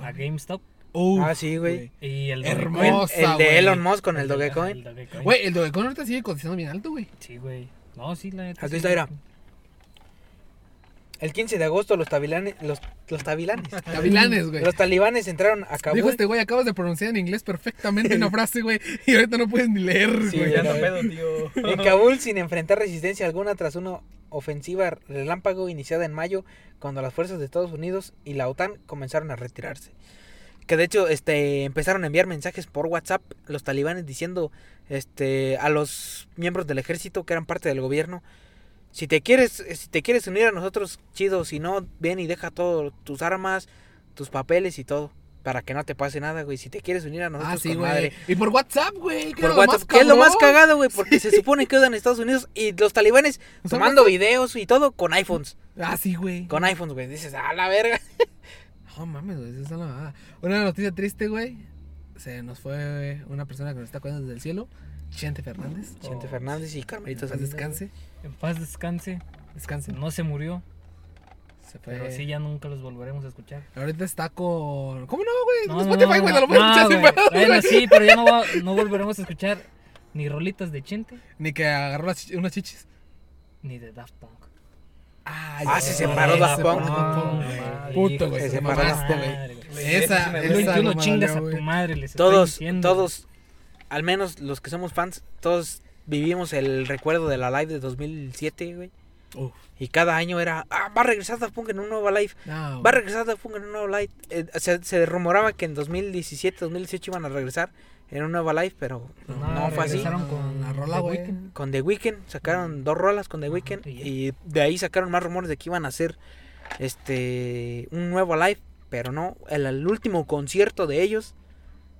a GameStop Ah, sí, güey. y el El, Hermoso. Dogecoin. Hermosa, el de güey. Elon Musk con el de- Dogecoin. el Dogecoin. Güey, el Dogecoin ahorita sigue cotizando bien alto, güey. Sí, güey. No, sí, la neta. Aquí sí. está, mira. El 15 de agosto los talibanes, los, los talibanes, Gavilanes, güey. los talibanes entraron a Dijo Kabul. este güey, acabas de pronunciar en inglés perfectamente una frase, güey. Y ahorita no puedes ni leer, Sí, güey. Ya no güey. pedo, tío. En Kabul sin enfrentar resistencia alguna tras una ofensiva relámpago iniciada en mayo cuando las fuerzas de Estados Unidos y la OTAN comenzaron a retirarse. Que de hecho este, empezaron a enviar mensajes por WhatsApp los talibanes diciendo este, a los miembros del ejército que eran parte del gobierno. Si te quieres, eh, si te quieres unir a nosotros, chido, si no, ven y deja todo, tus armas, tus papeles y todo, para que no te pase nada, güey. Si te quieres unir a nosotros, Ah, sí, con güey. madre. Y por WhatsApp, güey. ¿qué era Por lo más WhatsApp, que es lo más cabrón? cagado, güey, porque se supone que quedan en Estados Unidos y los talibanes O sea, tomando videos y todo con iPhones. Ah, sí, güey. Con iPhones, güey. Dices, a la verga. No mames, güey, esa es una mamada. Una noticia triste, güey. Se nos fue una persona que nos está acordando desde el cielo. Chente Fernández. Vicente Oh, Fernández y Carmelito Entonces Salinas, descanse. En paz descanse. Descanse. No se murió, Se fue. pero sí ya nunca los volveremos a escuchar. Ahorita está con. ¿Cómo no, güey? No, Con no, Spotify, no, güey. No, no. lo puedes No, escuchar sin güey. pedos, Bueno, güey. sí, pero ya no, va- no volveremos a escuchar ni rolitas de Chente Ni que agarró las chi- unas chichis. ni de Daft Punk. Eh, Ah, Ah, ya, se güey, separó se Daft separó Punk. Daft Punk, güey. madre, Puto, hijo güey, de se tu separaste, madre, güey. Esa, El esa 21 mamada, chingas a güey. tu madre, les estoy Todos, diciendo. todos, al menos los que somos fans, todos vivimos el recuerdo de la live de 2007, güey. Uf. Y cada año era, ah, va a regresar Daft Punk en un nuevo live. No, Va a güey. regresar Daft Punk en un nuevo live. Eh, se, se rumoraba que en 2017, 2018 iban a regresar en un nuevo live, pero Pues no, nada, fue así. regresaron con La rola, The güey. Weeknd. con The Weeknd, sacaron dos rolas con The Ajá, Weeknd y ya. y de ahí sacaron más rumores de que iban a hacer este un nuevo live, pero no, el, el último concierto de ellos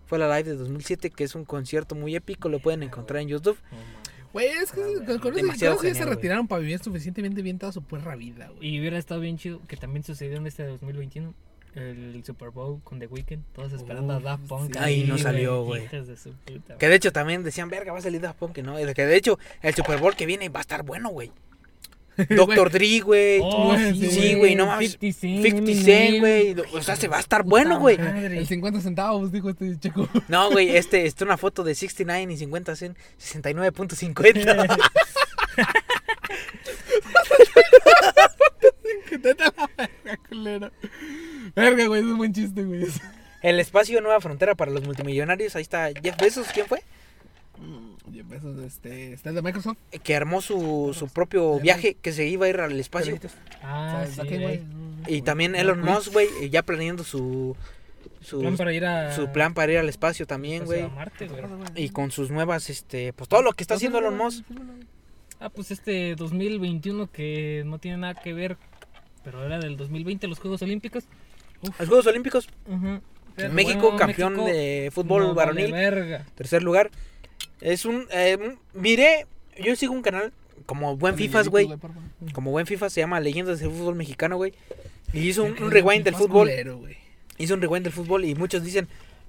fue la live de 2007, que es un concierto muy épico, lo pueden encontrar en YouTube. No, mames. Güey, es que con- con eso creo Demasiado que ya se genial, güey. retiraron para vivir suficientemente bien toda su perra vida, güey. Y hubiera estado bien chido que también sucedió en este 2021. El Super Bowl con The Weeknd, todos esperando a Uf, Daft Punk. sí. Ay, no güey, salió, güey. hijas de su puta, Que de hecho también decían, "Verga, va a salir Daft Punk", que no, y que de hecho el Super Bowl que viene va a estar bueno, güey. Doctor Dre, güey. Oh, sí, sí, güey, no mames. 50 Cent, 50 Cent, Eminem. güey. O sea, se va a estar Puta bueno, güey. madre. El 50 centavos, dijo este checo. No, güey, este, está una foto de 69 y 50 Cent, 69.50. Verga, güey, es un buen chiste, güey. El espacio Nueva Frontera para los multimillonarios. Ahí está Jeff Bezos, ¿quién fue? Y empezó, este, está el de Microsoft. Que armó su, su propio viaje que se iba a ir al espacio. Ah, ¿Sabes? sí, ¿A qué, güey. güey? Y también Elon Musk, güey, eh, ya planeando su, su, Plan Pues para ir a... su plan para ir al espacio también, pues, a güey. Marte, güey. Y con sus nuevas, este, pues todo lo que está haciendo Elon Musk. Ah, pues este 2021 que no tiene nada que ver, pero era del 2020 los Juegos Olímpicos. Los Juegos Olímpicos, Ujú. Pero México bueno, campeón México de fútbol no vale varonil. verga. Tercer lugar. Es un. eh, un- miré. Yo sigo un canal como buen FIFAs, güey. Como buen FIFA se llama Leyendas del Fútbol Mexicano, güey. Y hizo un, un rewind del fútbol. Hizo un rewind del fútbol y muchos dicen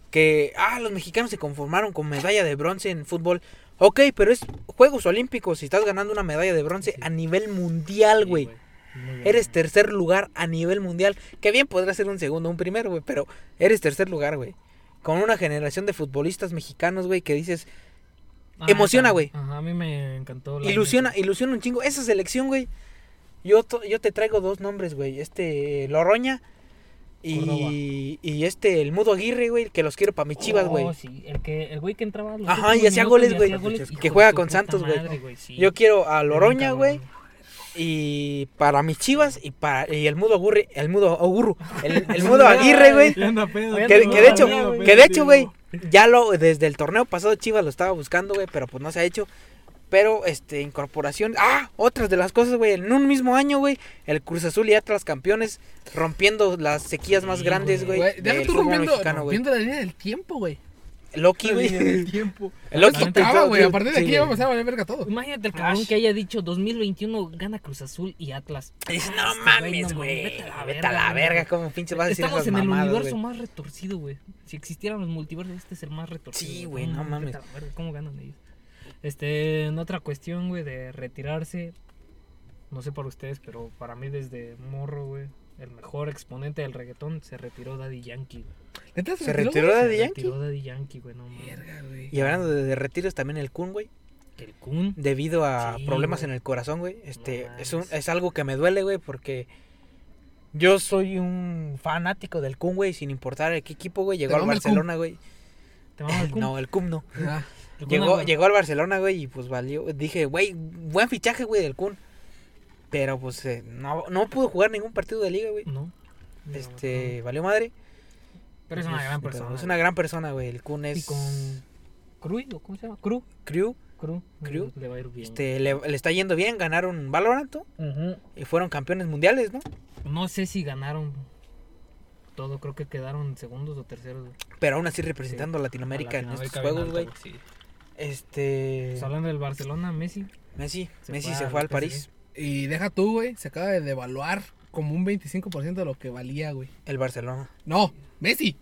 que. Ah, los mexicanos se conformaron con medalla de bronce en fútbol. Ok, pero es Juegos Olímpicos y estás ganando una medalla de bronce a nivel mundial, güey. Eres tercer lugar a nivel mundial. Que bien podría ser un segundo, un primero, güey. Pero eres tercer lugar, güey. Con una generación de futbolistas mexicanos, güey, que dices, Ah, Emociona, está. güey. Ajá, a mí me encantó. la ilusiona, neta. ilusiona un chingo. Esa selección, güey. Yo, to- yo te traigo dos nombres, güey. Este, Loroña y, y este, el Mudo Aguirre, güey, que los quiero para mis chivas, Oh, güey. sí, el, que, el güey que entraba. a los Ajá, últimos y hacía minutos goles, güey. y Que hijo juega de su con puta Santos, güey. madre, sí. Yo quiero a Loroña, Cabrón. güey. Y para mis chivas y para y el Mudo Aguirre, el Mudo Agurru, el, el Mudo Aguirre, güey. Ya anda pedo. Que- Que, que de hecho, Anda pedo, que de hecho, güey, ya lo, desde el torneo pasado Chivas lo estaba buscando, güey, pero pues no se ha hecho. Pero, este, incorporación. Ah, otras de las cosas, güey, en un mismo año, güey, el Cruz Azul y Atlas campeones rompiendo las sequías más Sí, grandes, güey. güey. Güey, Deja del tú fútbol rompiendo, mexicano, güey. rompiendo la línea del tiempo, güey. Loki, La güey. línea del tiempo. Loki. Acaba, güey. A partir de Sí, aquí güey. ya va a empezar a valer verga todo. Imagínate el cabrón que haya dicho 2021 gana Cruz Azul y Atlas. Dices, Ah, no este mames, güey, güey. no mames, vete a la Vete a verga, la güey. verga, como pinche vas a decir Estamos esas en el mamadas, universo güey. más retorcido, güey. Si existieran los multiversos, este es el más retorcido. Sí, güey, no mames. vete a la verga, ¿Cómo ganan ellos? Este, en otra cuestión, güey, de retirarse. No sé para ustedes, pero para mí desde morro, güey, el mejor exponente del reggaetón se retiró Daddy Yankee. güey. Neta, Se retiró de se Yankee. retiró Daddy Yankee, güey, no mames. Verga, güey. Y hablando de, de retiros también el Kun, güey. El Kun. debido a Sí, problemas güey. en el corazón, güey. Este, No es, un- mames. es algo que me duele, güey, porque yo soy un fanático del Kun, güey, sin importar a qué equipo, güey. Llegó Te al mama el Kun. Barcelona, güey. ¿Te mamas el Kun? Ah, No, el Kun no. Ah, El Kun Llegó, Agüero. llegó al Barcelona, güey, y pues valió. Dije, güey, buen fichaje, güey, del Kun. Pero pues eh, no, no pudo jugar ningún partido de liga, güey. No. No, Este, valió madre. no. Pero es una Pues, gran pero persona. Es una gran persona, güey. El Kun Y es con. Cruy, ¿o ¿cómo se llama? Cru. crew. Cru. Cru. Le va a ir bien. Este, le, le está yendo bien, ganaron Valorant ¿no? Ujú. y fueron campeones mundiales, ¿no? No sé si ganaron todo, creo que quedaron segundos o terceros. güey. Pero aún así representando a Latinoamérica A en estos Latinoamérica juegos, bien güey. alto, sí. Este. Pues hablando del Barcelona, Messi. Messi. Se Messi fue se al fue al PSG. París. Y deja tú, güey. Se acaba de devaluar como un 25% de lo que valía, güey. El Barcelona. No, Messi.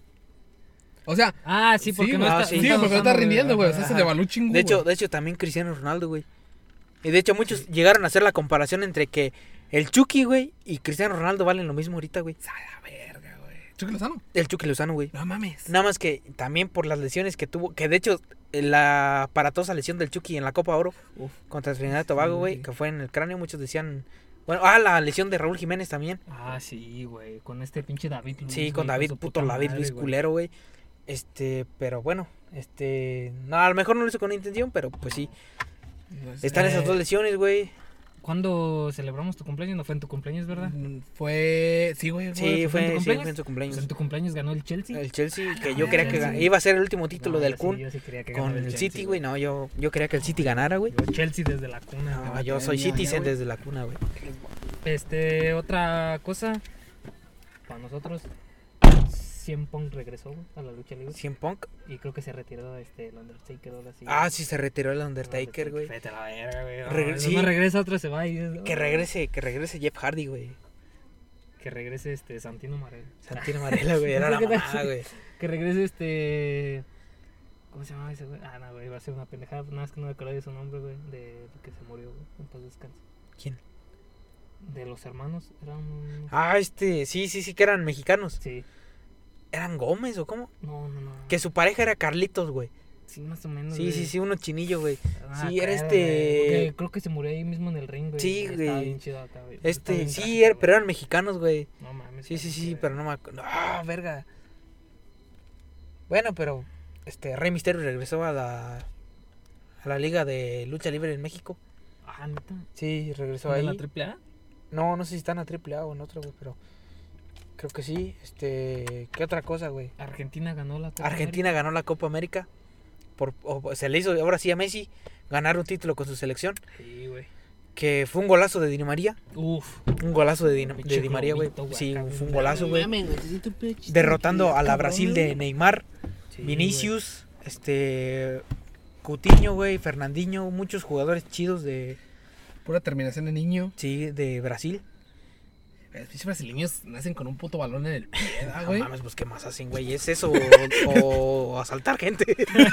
O sea, Ah, sí, porque no, güey. está, sí. Sí, no porque no está usando, rindiendo, güey. O sea, se Ajá. devaluó un chingo. De hecho, güey. de hecho, también Cristiano Ronaldo, güey. Y de hecho, muchos llegaron a hacer la comparación entre que el Chucky, güey, y Cristiano Ronaldo valen lo mismo ahorita, güey. A la verga, güey. Chucky Lozano. El Chucky Lozano, güey. No mames. Nada más que también por las lesiones que tuvo, que de hecho, eh, la aparatosa lesión del Chucky en la Copa Oro Uf. contra Trinidad y Tobago, güey, güey. que fue en el cráneo, muchos decían. Bueno, ah, la lesión de Raúl Jiménez también. Ah, sí, güey. Con este pinche David Luiz. Sí, güey, con hijo de David, su puto puta David madre, Luis güey. culero, güey. Este, pero bueno, este. No, a lo mejor no lo hizo con intención, pero pues sí. Están Eh, esas dos lesiones, güey. ¿Cuándo celebramos tu cumpleaños? No fue en tu cumpleaños, ¿verdad? Mm, Fue. Sí, güey. fue Sí, en fue, tu sí, cumpleaños? fue en su Pues cumpleaños. en tu cumpleaños ganó el Chelsea. El Chelsea, que Ah, yo quería que Chelsea. gan- iba a ser el último título No, del yo sí- Kun yo sí quería que con ganara el Chelsea, City, güey. No, yo, yo quería que el City ganara, güey. Yo Chelsea desde la cuna. No, güey. yo soy ya, Citizen ya, güey. desde la cuna, güey. Este, otra cosa. Para nosotros, Cien Pong regresó güey, a la lucha libre. Cien Punk. Y creo que se retiró este, el Undertaker ahora sí. Ah, sí, se retiró el El Undertaker, güey. Vete a la verga, güey. No, Regre- uno sí. regresa, otro se va. y es- Que regrese, que regrese Jeff Hardy, güey. Que regrese este Santino Marel. Santino Marella, güey. Era No la sé qué tal, mamá, sí. güey. Que regrese este. ¿Cómo se llamaba ese güey? Ah, no, güey, va a ser una pendejada. Nada más que no me acuerdo de su nombre, güey. De que se murió, güey. En paz descanse. ¿Quién? de los hermanos eran un- Ah, este, sí, sí, sí, que eran mexicanos. Sí. ¿Eran Gómez o cómo? No, no, no. Que su pareja era Carlitos, güey. Sí, más o menos. Sí, güey. sí, sí, uno chinillo, güey. Ah, sí, era claro, este- güey, porque Creo que se murió ahí mismo en el ring, güey. Sí, Estaba güey. bien chido acá, güey. Estaba Este, bien sí, trágico, era- güey. pero eran mexicanos, güey. No mames. Sí, sí, cabrón, sí, que- pero no me acuerdo. Ah, verga. Bueno, pero este Rey Misterio regresó a la a la liga de lucha libre en México. Ah, neta. Sí, regresó ¿De ahí. la triple A? No, no sé si están a triple A o en otra, güey, pero creo que sí. Este, ¿qué otra cosa, güey? Argentina ganó la Copa Argentina ganó la Copa América. Por, o- se le hizo ahora sí a Messi ganar un título con su selección, América. Sí, güey. que fue un golazo de Di María, Uf. un golazo de Di, de Pinche Di María, güey. globito, güey, Sí, acá, fue un bien golazo, güey. Derrotando a la Brasil de Neymar, Sí, Vinicius, este Cutiño, güey, Fernandinho, muchos jugadores chidos de Pura terminación de niño. sí, de Brasil. Los pinches brasileños nacen con un puto balón en el pie, ¿da, No güey. mames, pues qué más hacen, güey, es eso o, o asaltar gente. güey.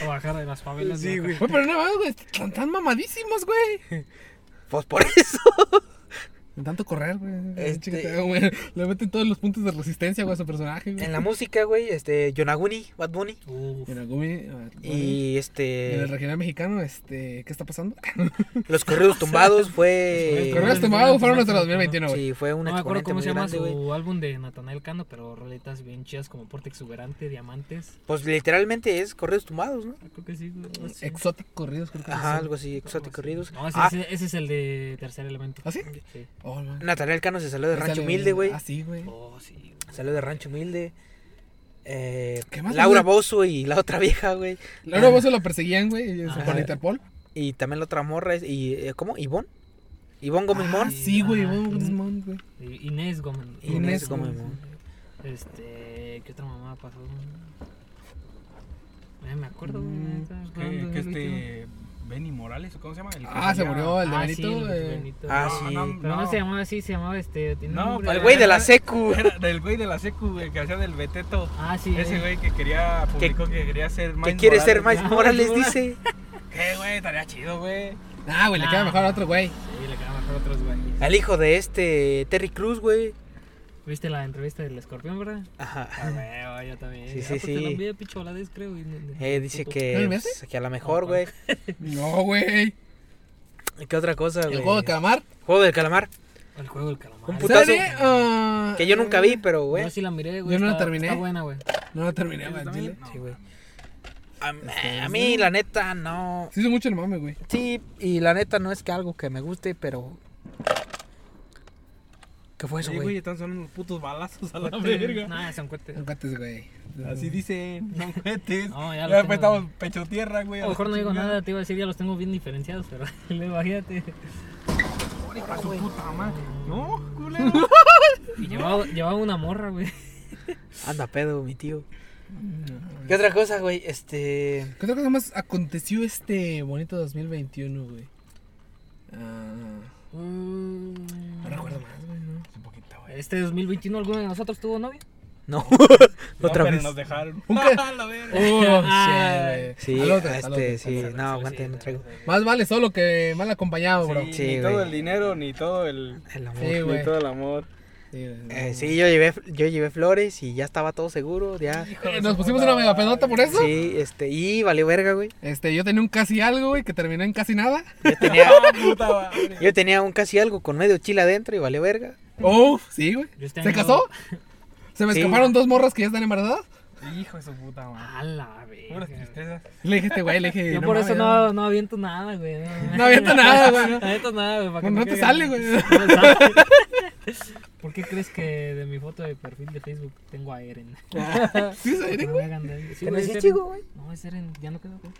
A bajar de las favelas. Sí, güey. acá. Güey, pero no, mames, güey, están tan mamadísimos, güey. Pues por eso. De tanto correr, güey. Este- Chiquiteo, güey. Le meten todos los puntos de resistencia, güey, a su personaje, güey. En la música, güey, este Yonaguni, Bad Bunny Uf. Mira, Gumi, a ver, Gumi. y En el este regional mexicano, este, ¿qué está pasando? eh, los corridos tumbados Los Correr fue corridos este mago fueron hasta Sí. 2021, güey. sí, fue un No me acuerdo exponente cómo muy se llama su grande, güey. álbum de Natanael Cano, pero roletas bien chidas como Porte Exuberante, Diamantes. Pues literalmente es corridos tumbados, ¿no? Ah, Creo que sí, güey. sí. Exótico corridos, creo que Ajá, sí. algo así, exóticos corridos. No, ese, Ah, ese- ese es el de Tercer Elemento. ¿Ah, sí? Sí. Oh, no. Natanael Cano se salió de Ahí Rancho sale- Humilde, güey. Ah, sí, güey. Oh, sí. Salió de Rancho Humilde. Eh, ¿Qué más, Laura güey? Bozo y la otra vieja, güey. Ah, Luego vos se lo perseguían, güey, Ajá. por Interpol. Y también la otra morra. es- Y, eh, ¿Cómo? ¿Ivón? ¿Ivón Gómez Ah, Mon? sí, güey, Ajá. Ivonne Guzmán, güey. I- Inés Gómez. Inés Gómez Mon. Este, ¿qué otra mamá pasó? Eh, me acuerdo, güey. Mm, pues estaba Que, hablando que del último. este. Benny Morales, ¿o ¿cómo se llama? El que Ah, se salía- murió el de Ah, sí, Benito, el de güey. Benito. Ah, No, sí. no, Pero no. se llamaba así, se llamaba este. tiene No, nombre, para El güey de la Era- secu. Era del güey de la secu, güey, que hacía del Beteto. Ah, sí. Ese eh. güey que quería, publicó que quería ser Que Miles quiere ser Morales. Miles Morales, dice. ¿Qué, güey? Estaría chido, güey. Ah, güey, le queda mejor a otro, güey. Sí, le quedaba mejor a otros güeyes. Al hijo de este Terry Cruz, güey. ¿Viste la entrevista del escorpión, verdad? Ajá. Ah, güey, yo también. Sí, Ah, sí, pues te la sí. envié a Picho Valadez, creo. y- Eh, dice puto. que, ¿No le pues, enviaste? que a lo mejor, No, güey. No, güey. ¿Qué otra cosa, güey? El juego de calamar. Juego del calamar. El juego del calamar. Un Esa- putazo. Serie, ah, Que yo nunca vi, pero, güey. Yo sí la miré, güey. Yo no la está- terminé. Está buena, güey. No la terminé, güey. al chile. Sí, güey. A, a mí, la neta, no. Se hizo mucho el mame, güey. Sí, y la neta no es que algo que me guste, pero. ¿Qué fue eso, Sí, güey, güey? están sonando los putos balazos a la verga. Nah, son cohetes. Son cuates, güey. Así dicen, no cohetes. No, ya ya lo después tengo. estamos pecho tierra, güey. A lo mejor no digo nada, te iba a decir, ya los tengo bien diferenciados, pero imagínate. A su puta madre. No, culero. Y llevaba, llevaba una morra, güey. Anda pedo, mi tío. ¿Qué otra cosa, güey? Este. ¿Qué otra cosa más aconteció este bonito 2021, güey? Ah, Mm. no recuerdo más, güey, ¿no? Un poquito, güey. Este 2021, ¿alguno de nosotros tuvo novia? No, No, otra pero vez. nos dejaron. ¿Un qué? A la verga. Oh, Ah, shit, güey. Sí, Al otro, al este, otro. sí. No, aguante, no traigo. Más vale solo que mal acompañado, bro. Sí, Sí, Sí, ni güey. todo el dinero, ni todo el. El amor. Sí, güey. Ni todo el amor. güey. Eh, sí, yo llevé, yo llevé flores y ya estaba todo seguro, ya. Eh, Nos pusimos una mega pedota por eso. Sí, este, y valió verga, güey. Este, yo tenía un casi algo, güey, que terminó en casi nada. Yo tenía, Puta madre. yo tenía un casi algo con medio chile adentro y valió verga. Uf, sí, güey. Yo este ¿Se año- casó? ¿Se me Sí. escaparon dos morras que ya están embarazadas? Hijo de su puta madre. A la Puras verga. tristezas. Le dije a este güey, le dije. Yo por eso mames, no, no aviento nada, güey. No aviento nada, güey. No aviento nada, güey. para que No, no te caigan. sale, güey. No me sale. ¿Por qué crees que de mi foto de perfil de Facebook tengo a Eren? ¿Sí, se No viene? me hagan daño. Sí, Pero güey, sí, es Eren. chico, güey. No, es Eren, ya no quedó, güey.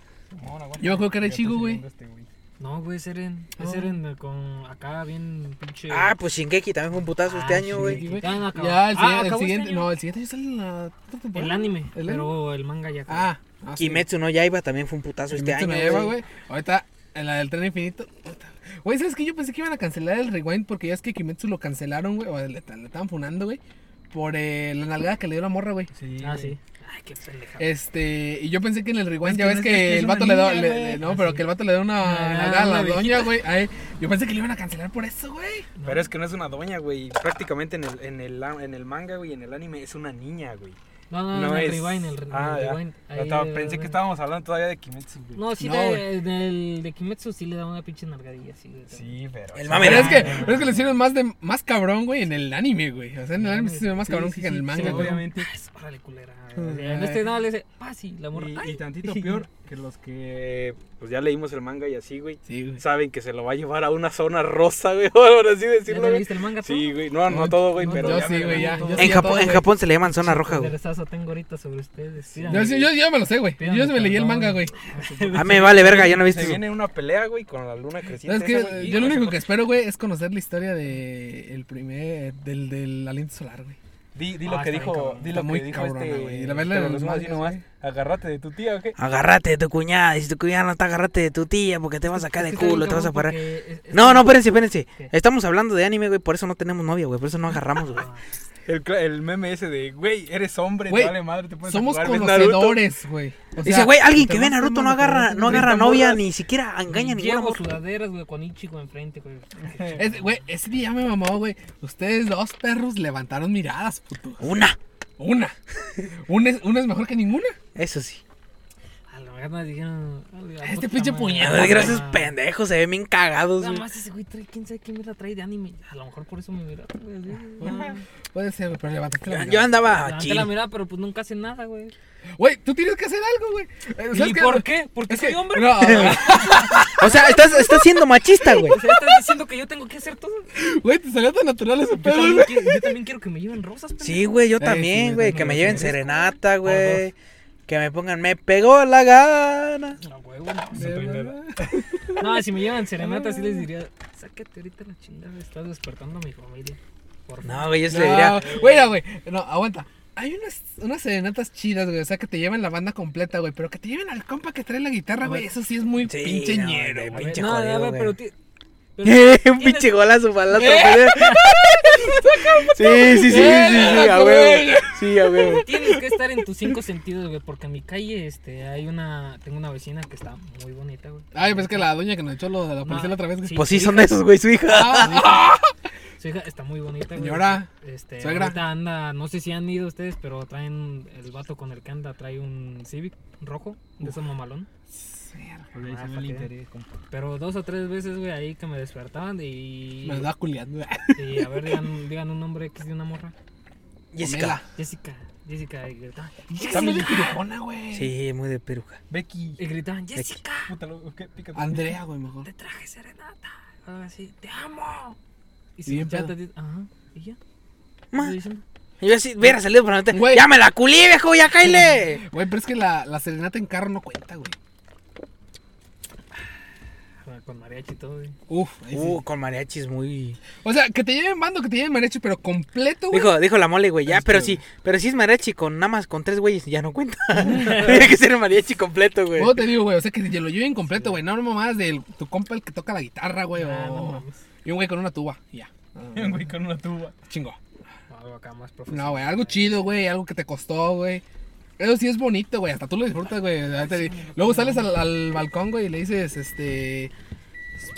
Ahora, güey. Yo me acuerdo que era Ya está Ichigo, güey. llegando este güey. No, güey, es Eren. Es No. Eren eh, con acá bien pinche. Ah, pues Shingeki también fue un putazo este Ah, año, sí, güey. Sí, güey. Ya no acabó. Ya, el, Ah, siguiente- el ¿acabó este siguiente. año? No, el siguiente año sale en la otra temporada. el anime, El anime. pero el manga ya. acabó. Ah, ah, sí. Kimetsu no Yaiba también fue un putazo este Kimetsu año. no Yaiba, güey. Ahorita, en la del tren infinito. puta. Güey, ¿sabes qué? Yo pensé que iban a cancelar el rewind porque ya es que Kimetsu lo cancelaron, güey. O le, le estaban funando, güey. Por eh, la nalgada que le dio la morra, güey. Sí, ah, güey. sí. Ay, qué pendeja. Este, y yo pensé que en el rewind Es ya que ves no es que, que es el una vato le da, niña, le- güey. le- no, pero que el vato le da una Ah, nalgada a la una doña, güey. Ay, yo pensé que le iban a cancelar por eso, güey. Pero es que no es una doña, güey. Prácticamente en el, en el, en el manga, güey, en el anime es una niña, güey. No, no, No en el es- rewind, el, en Ah, el ya. rewind. Ya ahí estaba- le- pensé le- que estábamos hablando todavía de Kimetsu, güey. No, sí, No, de, del, de Kimetsu sí le da una pinche nargadilla, sí. güey. Sí, pero. El sí, mame Pero Ah, es que, pero es que lo hicieron más de más cabrón, güey, en el anime, güey. O sea, en el anime sí se ve más Sí, cabrón sí, que en sí, el sí, manga, güey. Obviamente. Ah, es- Órale, culera. O sea, en este no le dice, ah, sí, la morra. Y, Ay, y tantito peor que los que pues ya leímos el manga y así, güey. Sí, güey. Saben que se lo va a llevar a una zona rosa, güey. Por así ¿ya decirlo, le güey. leíste el manga? tú? Sí, güey. No, no No, todo, güey, no, pero. yo ya sí, me güey, lo ya, leí todo. yo sí. En, a Japón, todo, en güey. Japón se le llaman zona roja, güey. Interesazo tengo ahorita sobre ustedes. Yo, sí- yo, yo me lo sé, güey. Yo se me leí el manga, güey. Ah, A mí Ah, me vale verga, ya no Se viste. viene una pelea, güey, con la luna creciente. ¿Sabes esa, qué? güey. Yo lo Hijo, único que espero, güey, es conocer la historia de el primer, del, del aliento solar, güey. Di, di lo Ah, que está bien dijo, cabrón. di Está lo muy que dijo cabrona, este. güey. Y la verdad, te lo los resumo así madres, nomás. güey. Agárrate de tu tía, ¿o qué? Agárrate de tu cuñada. Y si tu cuñada no está, agárrate de tu tía porque te vas a sacar de Es que está bien culo, te vas a cabrón parar. porque es- es- No, no, espérense, espérense. ¿Qué? Estamos hablando de anime, güey. Por eso no tenemos novia, güey. Por eso no agarramos, güey. Ah, El, cla- el meme ese de, güey, eres hombre, Güey, te vale madre, te pones Somos a jugar, ves Naruto". conocedores, güey. O Dice, sea, güey, alguien te que ve vas Naruto no tomando agarra, con- no agarra Ahorita novia, morras. ni siquiera engaña a ninguna Llevo morra. sudaderas, güey, con Ichigo enfrente, güey. Es- Güey, ese día me mamó, güey. Ustedes dos perros levantaron miradas, puto. Una. Una. Una es, una es mejor que ninguna. Eso sí. A la verdad dijeron... "Ah, la Este puta pinche madre". puñal. A ver, gracias, pendejos. Se ven bien cagados, Nada güey. más ese güey trae, quién sabe qué mierda trae de anime. A lo mejor por eso me mira. Ah, Puede ser, güey, pero levantaste la Yo- mirada. Yo andaba Levanté la chill. mirada, pero pues nunca hace nada, güey. Güey, tú tienes que hacer algo, güey. Eh, ¿sabes ¿Y por qué? Porque Es que- soy hombre. No, no, O sea, estás, estás siendo machista, güey. O sea, estás diciendo que yo tengo que hacer todo. güey, te salió tan natural ese Yo pedo, también, güey. quiero, yo también quiero que me lleven rosas, pendejo. Sí, güey, yo sí, también, yo güey. también, Que me yo lleven también. serenata, güey. Que me pongan, me pegó la gana. No, güey, güey, no. Su primera. No, si me llevan serenata, sí les diría, sácate ahorita la chingada, estás despertando a mi familia. Por No, favor. güey, yo se Pues le No, diría. "Eh, güey, no, güey. No, aguanta. Hay unas, unas serenatas chidas, güey. O sea, que te lleven la banda completa, güey. Pero que te lleven al compa que trae la guitarra, güey. Eso sí es muy Sí, pinche no, ñero, güey. de A ver, pinche no, jodido, a ver, güey. pero ti- pero Un tienes- pinche golazo para la otra pelea. Sí, sí, sí, sí, Eh, sí, a huevo. Sí, a huevo. Tienes que estar en tus cinco sentidos, güey, porque en mi calle este, hay una, tengo una vecina que está muy bonita, güey. Ay, pues es que la doña que nos echó lo de la policía No, la otra vez, güey. sí. Pues sí, son de esos, güey, su hija. Ah, Su hija está muy bonita, güey. Señora, Este, suegra. ahorita anda, no sé si han ido ustedes, pero traen, el vato con el que anda trae un Civic rojo, de esos mamalón. Porque ahí se Ah, ve ¿para el qué? interés, compa. Pero dos o tres veces, güey, ahí que me despertaban y... me andaba culiando. Y a ver, digan, digan un nombre X de una morra. Jessica. Jessica, Jessica, y gritaban, Está bien de pirujona, güey. Sí, muy de peruca. Becky. y gritaban, Jessica, Puta, lo- ¿qué? Pícate. Andrea, güey, mejor. te traje serenata. Algo así, te amo. Y Y si bien ya pedo. te di- ajá, y ya. Ma, estoy diciendo. Yo sí hubiera salido para meter. Güey. ¡Ya me la culí, viejo! ¡Ya caile! Güey, pero es que la, la serenata en carro no cuenta, güey. Ah, Con- Con mariachi y todo, güey. Uf, ahí sí. Uh, con mariachis muy. O sea, que te lleven bando, que te lleven mariachi, pero completo, güey. Dijo, dijo la mole, güey, ya, Este, pero sí, pero sí es mariachi con nada más con tres güeyes, ya no cuenta. Tiene que ser mariachi completo, güey. ¿Cómo te digo, güey? O sea, que te lo lleven completo, güey. No nomás de tu compa el que toca la guitarra, güey. Ah, o- no mames. Y un güey con una tuba, y ya. Ah, Un güey con una tuba. Chingo. Algo acá más profesional. No, güey, algo chido, güey. Algo que te costó, güey. Eso sí es bonito, güey. Hasta tú lo disfrutas, güey. Ahí te di- Luego sales al, al balcón, güey, y le dices, este.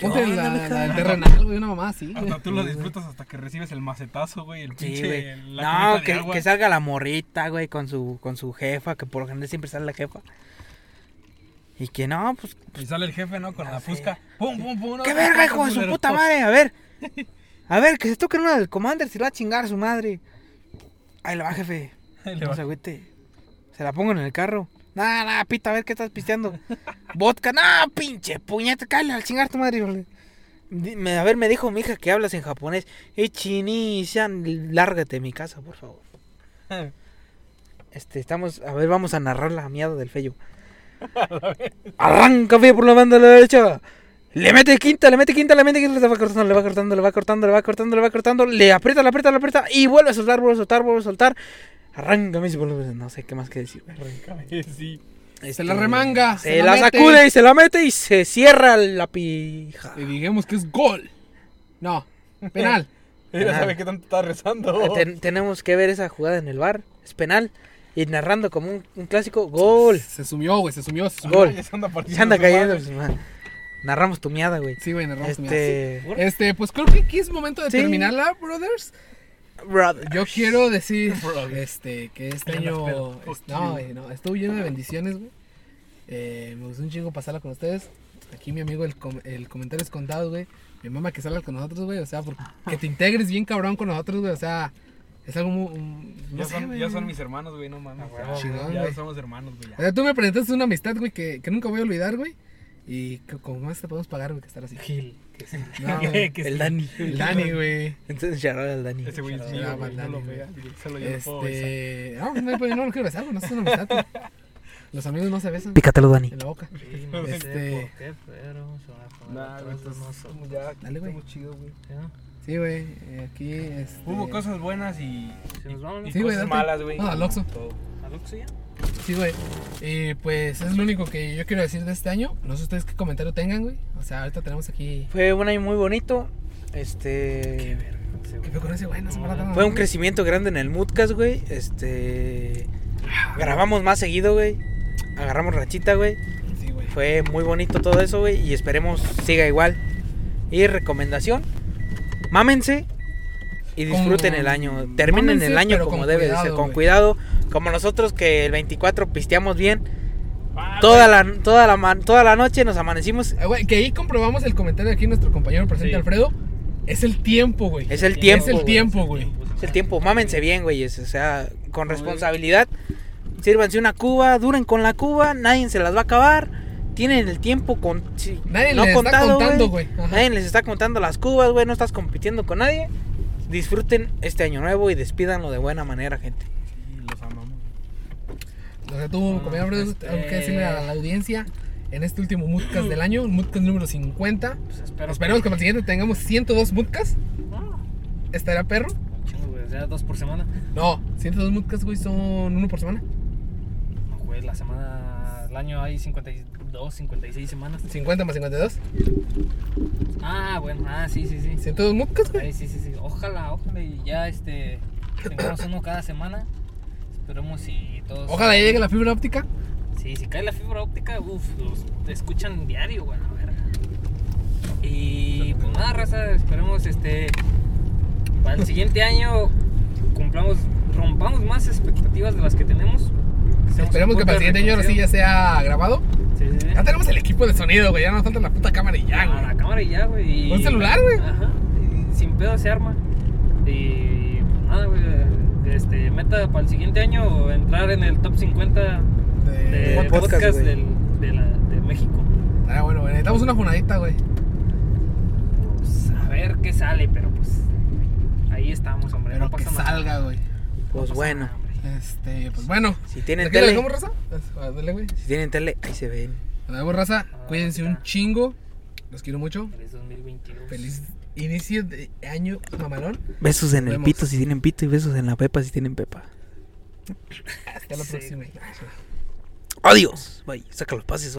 Ponte onda, la, mija? Ah, la- el terrenal, güey, una mamá así. güey. Hasta tú lo disfrutas hasta que recibes el macetazo, güey. El Sí, pinche. güey. la cubeta No, de que, agua. que salga la morrita, güey, con su, con su jefa, que por lo general siempre sale la jefa. Y que no, pues, ah, Y sale el jefe, ¿no? Con la fusca. ¡Pum, pum, pum! no, ¡Qué no, verga, no, hijo de su culero! puta madre! A ver. A ver, que se toque una del Commander, se la va a chingar a su madre. Ahí la va, jefe. Ahí le No va. se agüite. Se la pongo en el carro. Nah, nah, pita, a ver qué estás pisteando. Vodka, nah, pinche puñete, cállate al chingar tu madre. híjole. Di- me- A ver, me dijo mi hija que hablas en japonés. Y chinisian, lárgate de mi casa, por favor. Este, estamos, a ver, vamos a narrar la miada del feyo. Arranca, fe por la banda de la derecha. Le mete quinta, le mete quinta, le mete quinta, le va cortando, le va cortando, le va cortando, le va cortando, le va cortando, le aprieta, le aprieta, le aprieta y vuelve a soltar, vuelve a soltar, vuelve a soltar. Arranca, mis boludos, no sé qué más que decir. güey. Sí. Se la remanga, Se, se la la, mete. sacude y se la mete y se cierra la pija. Y digamos que es gol. No, penal. Mira, Ah. Eh, Oh. ¿sabes qué tanto estaba rezando? Ten- tenemos que ver esa jugada en el bar. Es penal. Y narrando como un, un clásico, gol. Se sumió, güey, se sumió, se sumió. Gol. Ya se anda Ya se anda cayendo. partiendo su madre. pues, ma. Narramos tu miada, güey. Sí, güey, narramos tu mierda. Este. Este, pues creo que aquí es momento de Sí. terminarla, brothers. Brother. Yo quiero decir este, que este Ya me año. espero. es- no, güey, no, estuvo lleno de bendiciones, güey. Eh, me gustó un chingo pasarla con ustedes. Aquí mi amigo, el, com- el comentario es contado, güey. Mi mamá que salga con nosotros, güey. O sea, por- que te integres bien cabrón con nosotros, güey. O sea, es algo muy. un- no Ya sé, son, güey. ya son mis hermanos, güey, no mames. Ah, ya, chingón, ya güey. Eh, somos hermanos, güey. ya. O sea, tú me presentaste una amistad, güey, que, que nunca voy a olvidar, güey. Y que- con más te podemos pagar, güey, que estar así. Gil. que sí. No, güey. Que sí. El Dani. El Dani, güey. Entonces, charol al Dani. Ese güey es Shout mío, out güey, al no lo Dani, vea. Solo yo lo puedo besar. Este. No, no, pues, no lo quiero besar, güey, no es una amistad. güey. Los amigos no se besan Pícatelo, Dani. en la boca. Sí, no sé Este- por qué, pero se van a Nah, poner güey, atrás de entonces, nosotros, ya, Dale, güey. estamos chidos, güey. ¿no? Sí, güey. eh, Aquí. Este... Hubo cosas buenas y, Si nos vamos, y Sí, güey, cosas date. malas, güey. Ah, al Oxxo. Todo. ¿a lo que sea? Sí, güey. Y pues es lo único que yo quiero decir de este año. No sé ustedes qué comentario tengan, güey. O sea, ahorita tenemos aquí. Fue un año muy bonito. Este. Sí, ¿Qué güey. fue con ese güey? No se me acuerda, Fue un güey. crecimiento grande en el Moodcast, güey. Este. Grabamos más seguido, güey. Agarramos rachita, güey. Sí, güey. Fue muy bonito todo eso, güey. Y esperemos siga igual. Y recomendación: mámense y disfruten Con- el año. Terminen mámense, el año pero como con debe de cuidado, ser, con güey. cuidado. Como nosotros que el 24 pisteamos bien. Toda la, toda, la, man- toda la noche nos amanecimos. Ah, güey, que ahí comprobamos el comentario de aquí nuestro compañero presente Sí. Alfredo. Es el tiempo, güey. Es el Es tiempo. el güey. tiempo, güey. Es el tiempo, mámense bien, güeyes. O sea, con responsabilidad. Sírvanse una cuba, duren con la cuba, nadie se las va a acabar. Tienen el tiempo con. si- Nadie les está contando, güey. Ajá. Nadie les está contando las cubas, güey. No estás compitiendo con nadie. Disfruten este año nuevo y despídanlo de buena manera, gente. Sí, los amamos. O sea, tú, compañero Alfredo, este- tengo que decirle a la audiencia en este último Moodcast del año, Moodcast número 50. Pues espero Esperemos que para el siguiente tengamos 102 Moodcasts. Ah, ¿Estará perro? chingo, güey, o sea, dos por semana. No, 102 Moodcasts, güey, son uno por semana. No, güey, la semana. El año hay 52, 56 semanas. 50 más 52. Ah, bueno, ah, sí, sí, sí. 102 Moodcasts, güey. Ay, sí, sí, sí. Ojalá, ojalá y ya este. Tengamos uno cada semana. Esperemos si todos. Ojalá llegue la fibra óptica. Sí, si cae la fibra óptica, uff, los te escuchan diario, güey, a ver. Y pues nada, raza, esperemos este. Para el siguiente año cumplamos, rompamos más expectativas de las que tenemos. seamos Esperemos un que para el podcast siguiente año ahora sí ya sea grabado. reconocido. Sí, sí, sí. Ya tenemos el equipo de sonido, güey. Ya nos falta la puta cámara y ya, A la güey. cámara y ya, güey. y- Un celular, güey. Ajá. y Sin pedo se arma. Y pues nada, güey. Este, meta para el siguiente año entrar en el top 50 de De- Buen Eh, podcast, podcast, güey. del- de, la- de México. Ah, bueno, güey. Necesitamos una junadita, güey. Pues a ver qué sale, pero pues ahí estamos, hombre. Pero no que pasa nada. salga, güey. No Pues pasa bueno, nada, hombre. Este, pues bueno. si tienen ¿Aquí lo tele, dejamos, raza? Ah, Dale, güey. si tienen tele, ahí se ven. Nos vemos, raza. Ah, Cuídense ahorita. un chingo. Los quiero mucho. Feliz 2022. Feliz inicio de año, mamalón. Besos en Nos el vemos. pito si tienen pito y besos en la pepa si tienen pepa. Hasta la Sí. próxima. Adiós. Bye, saca los pases.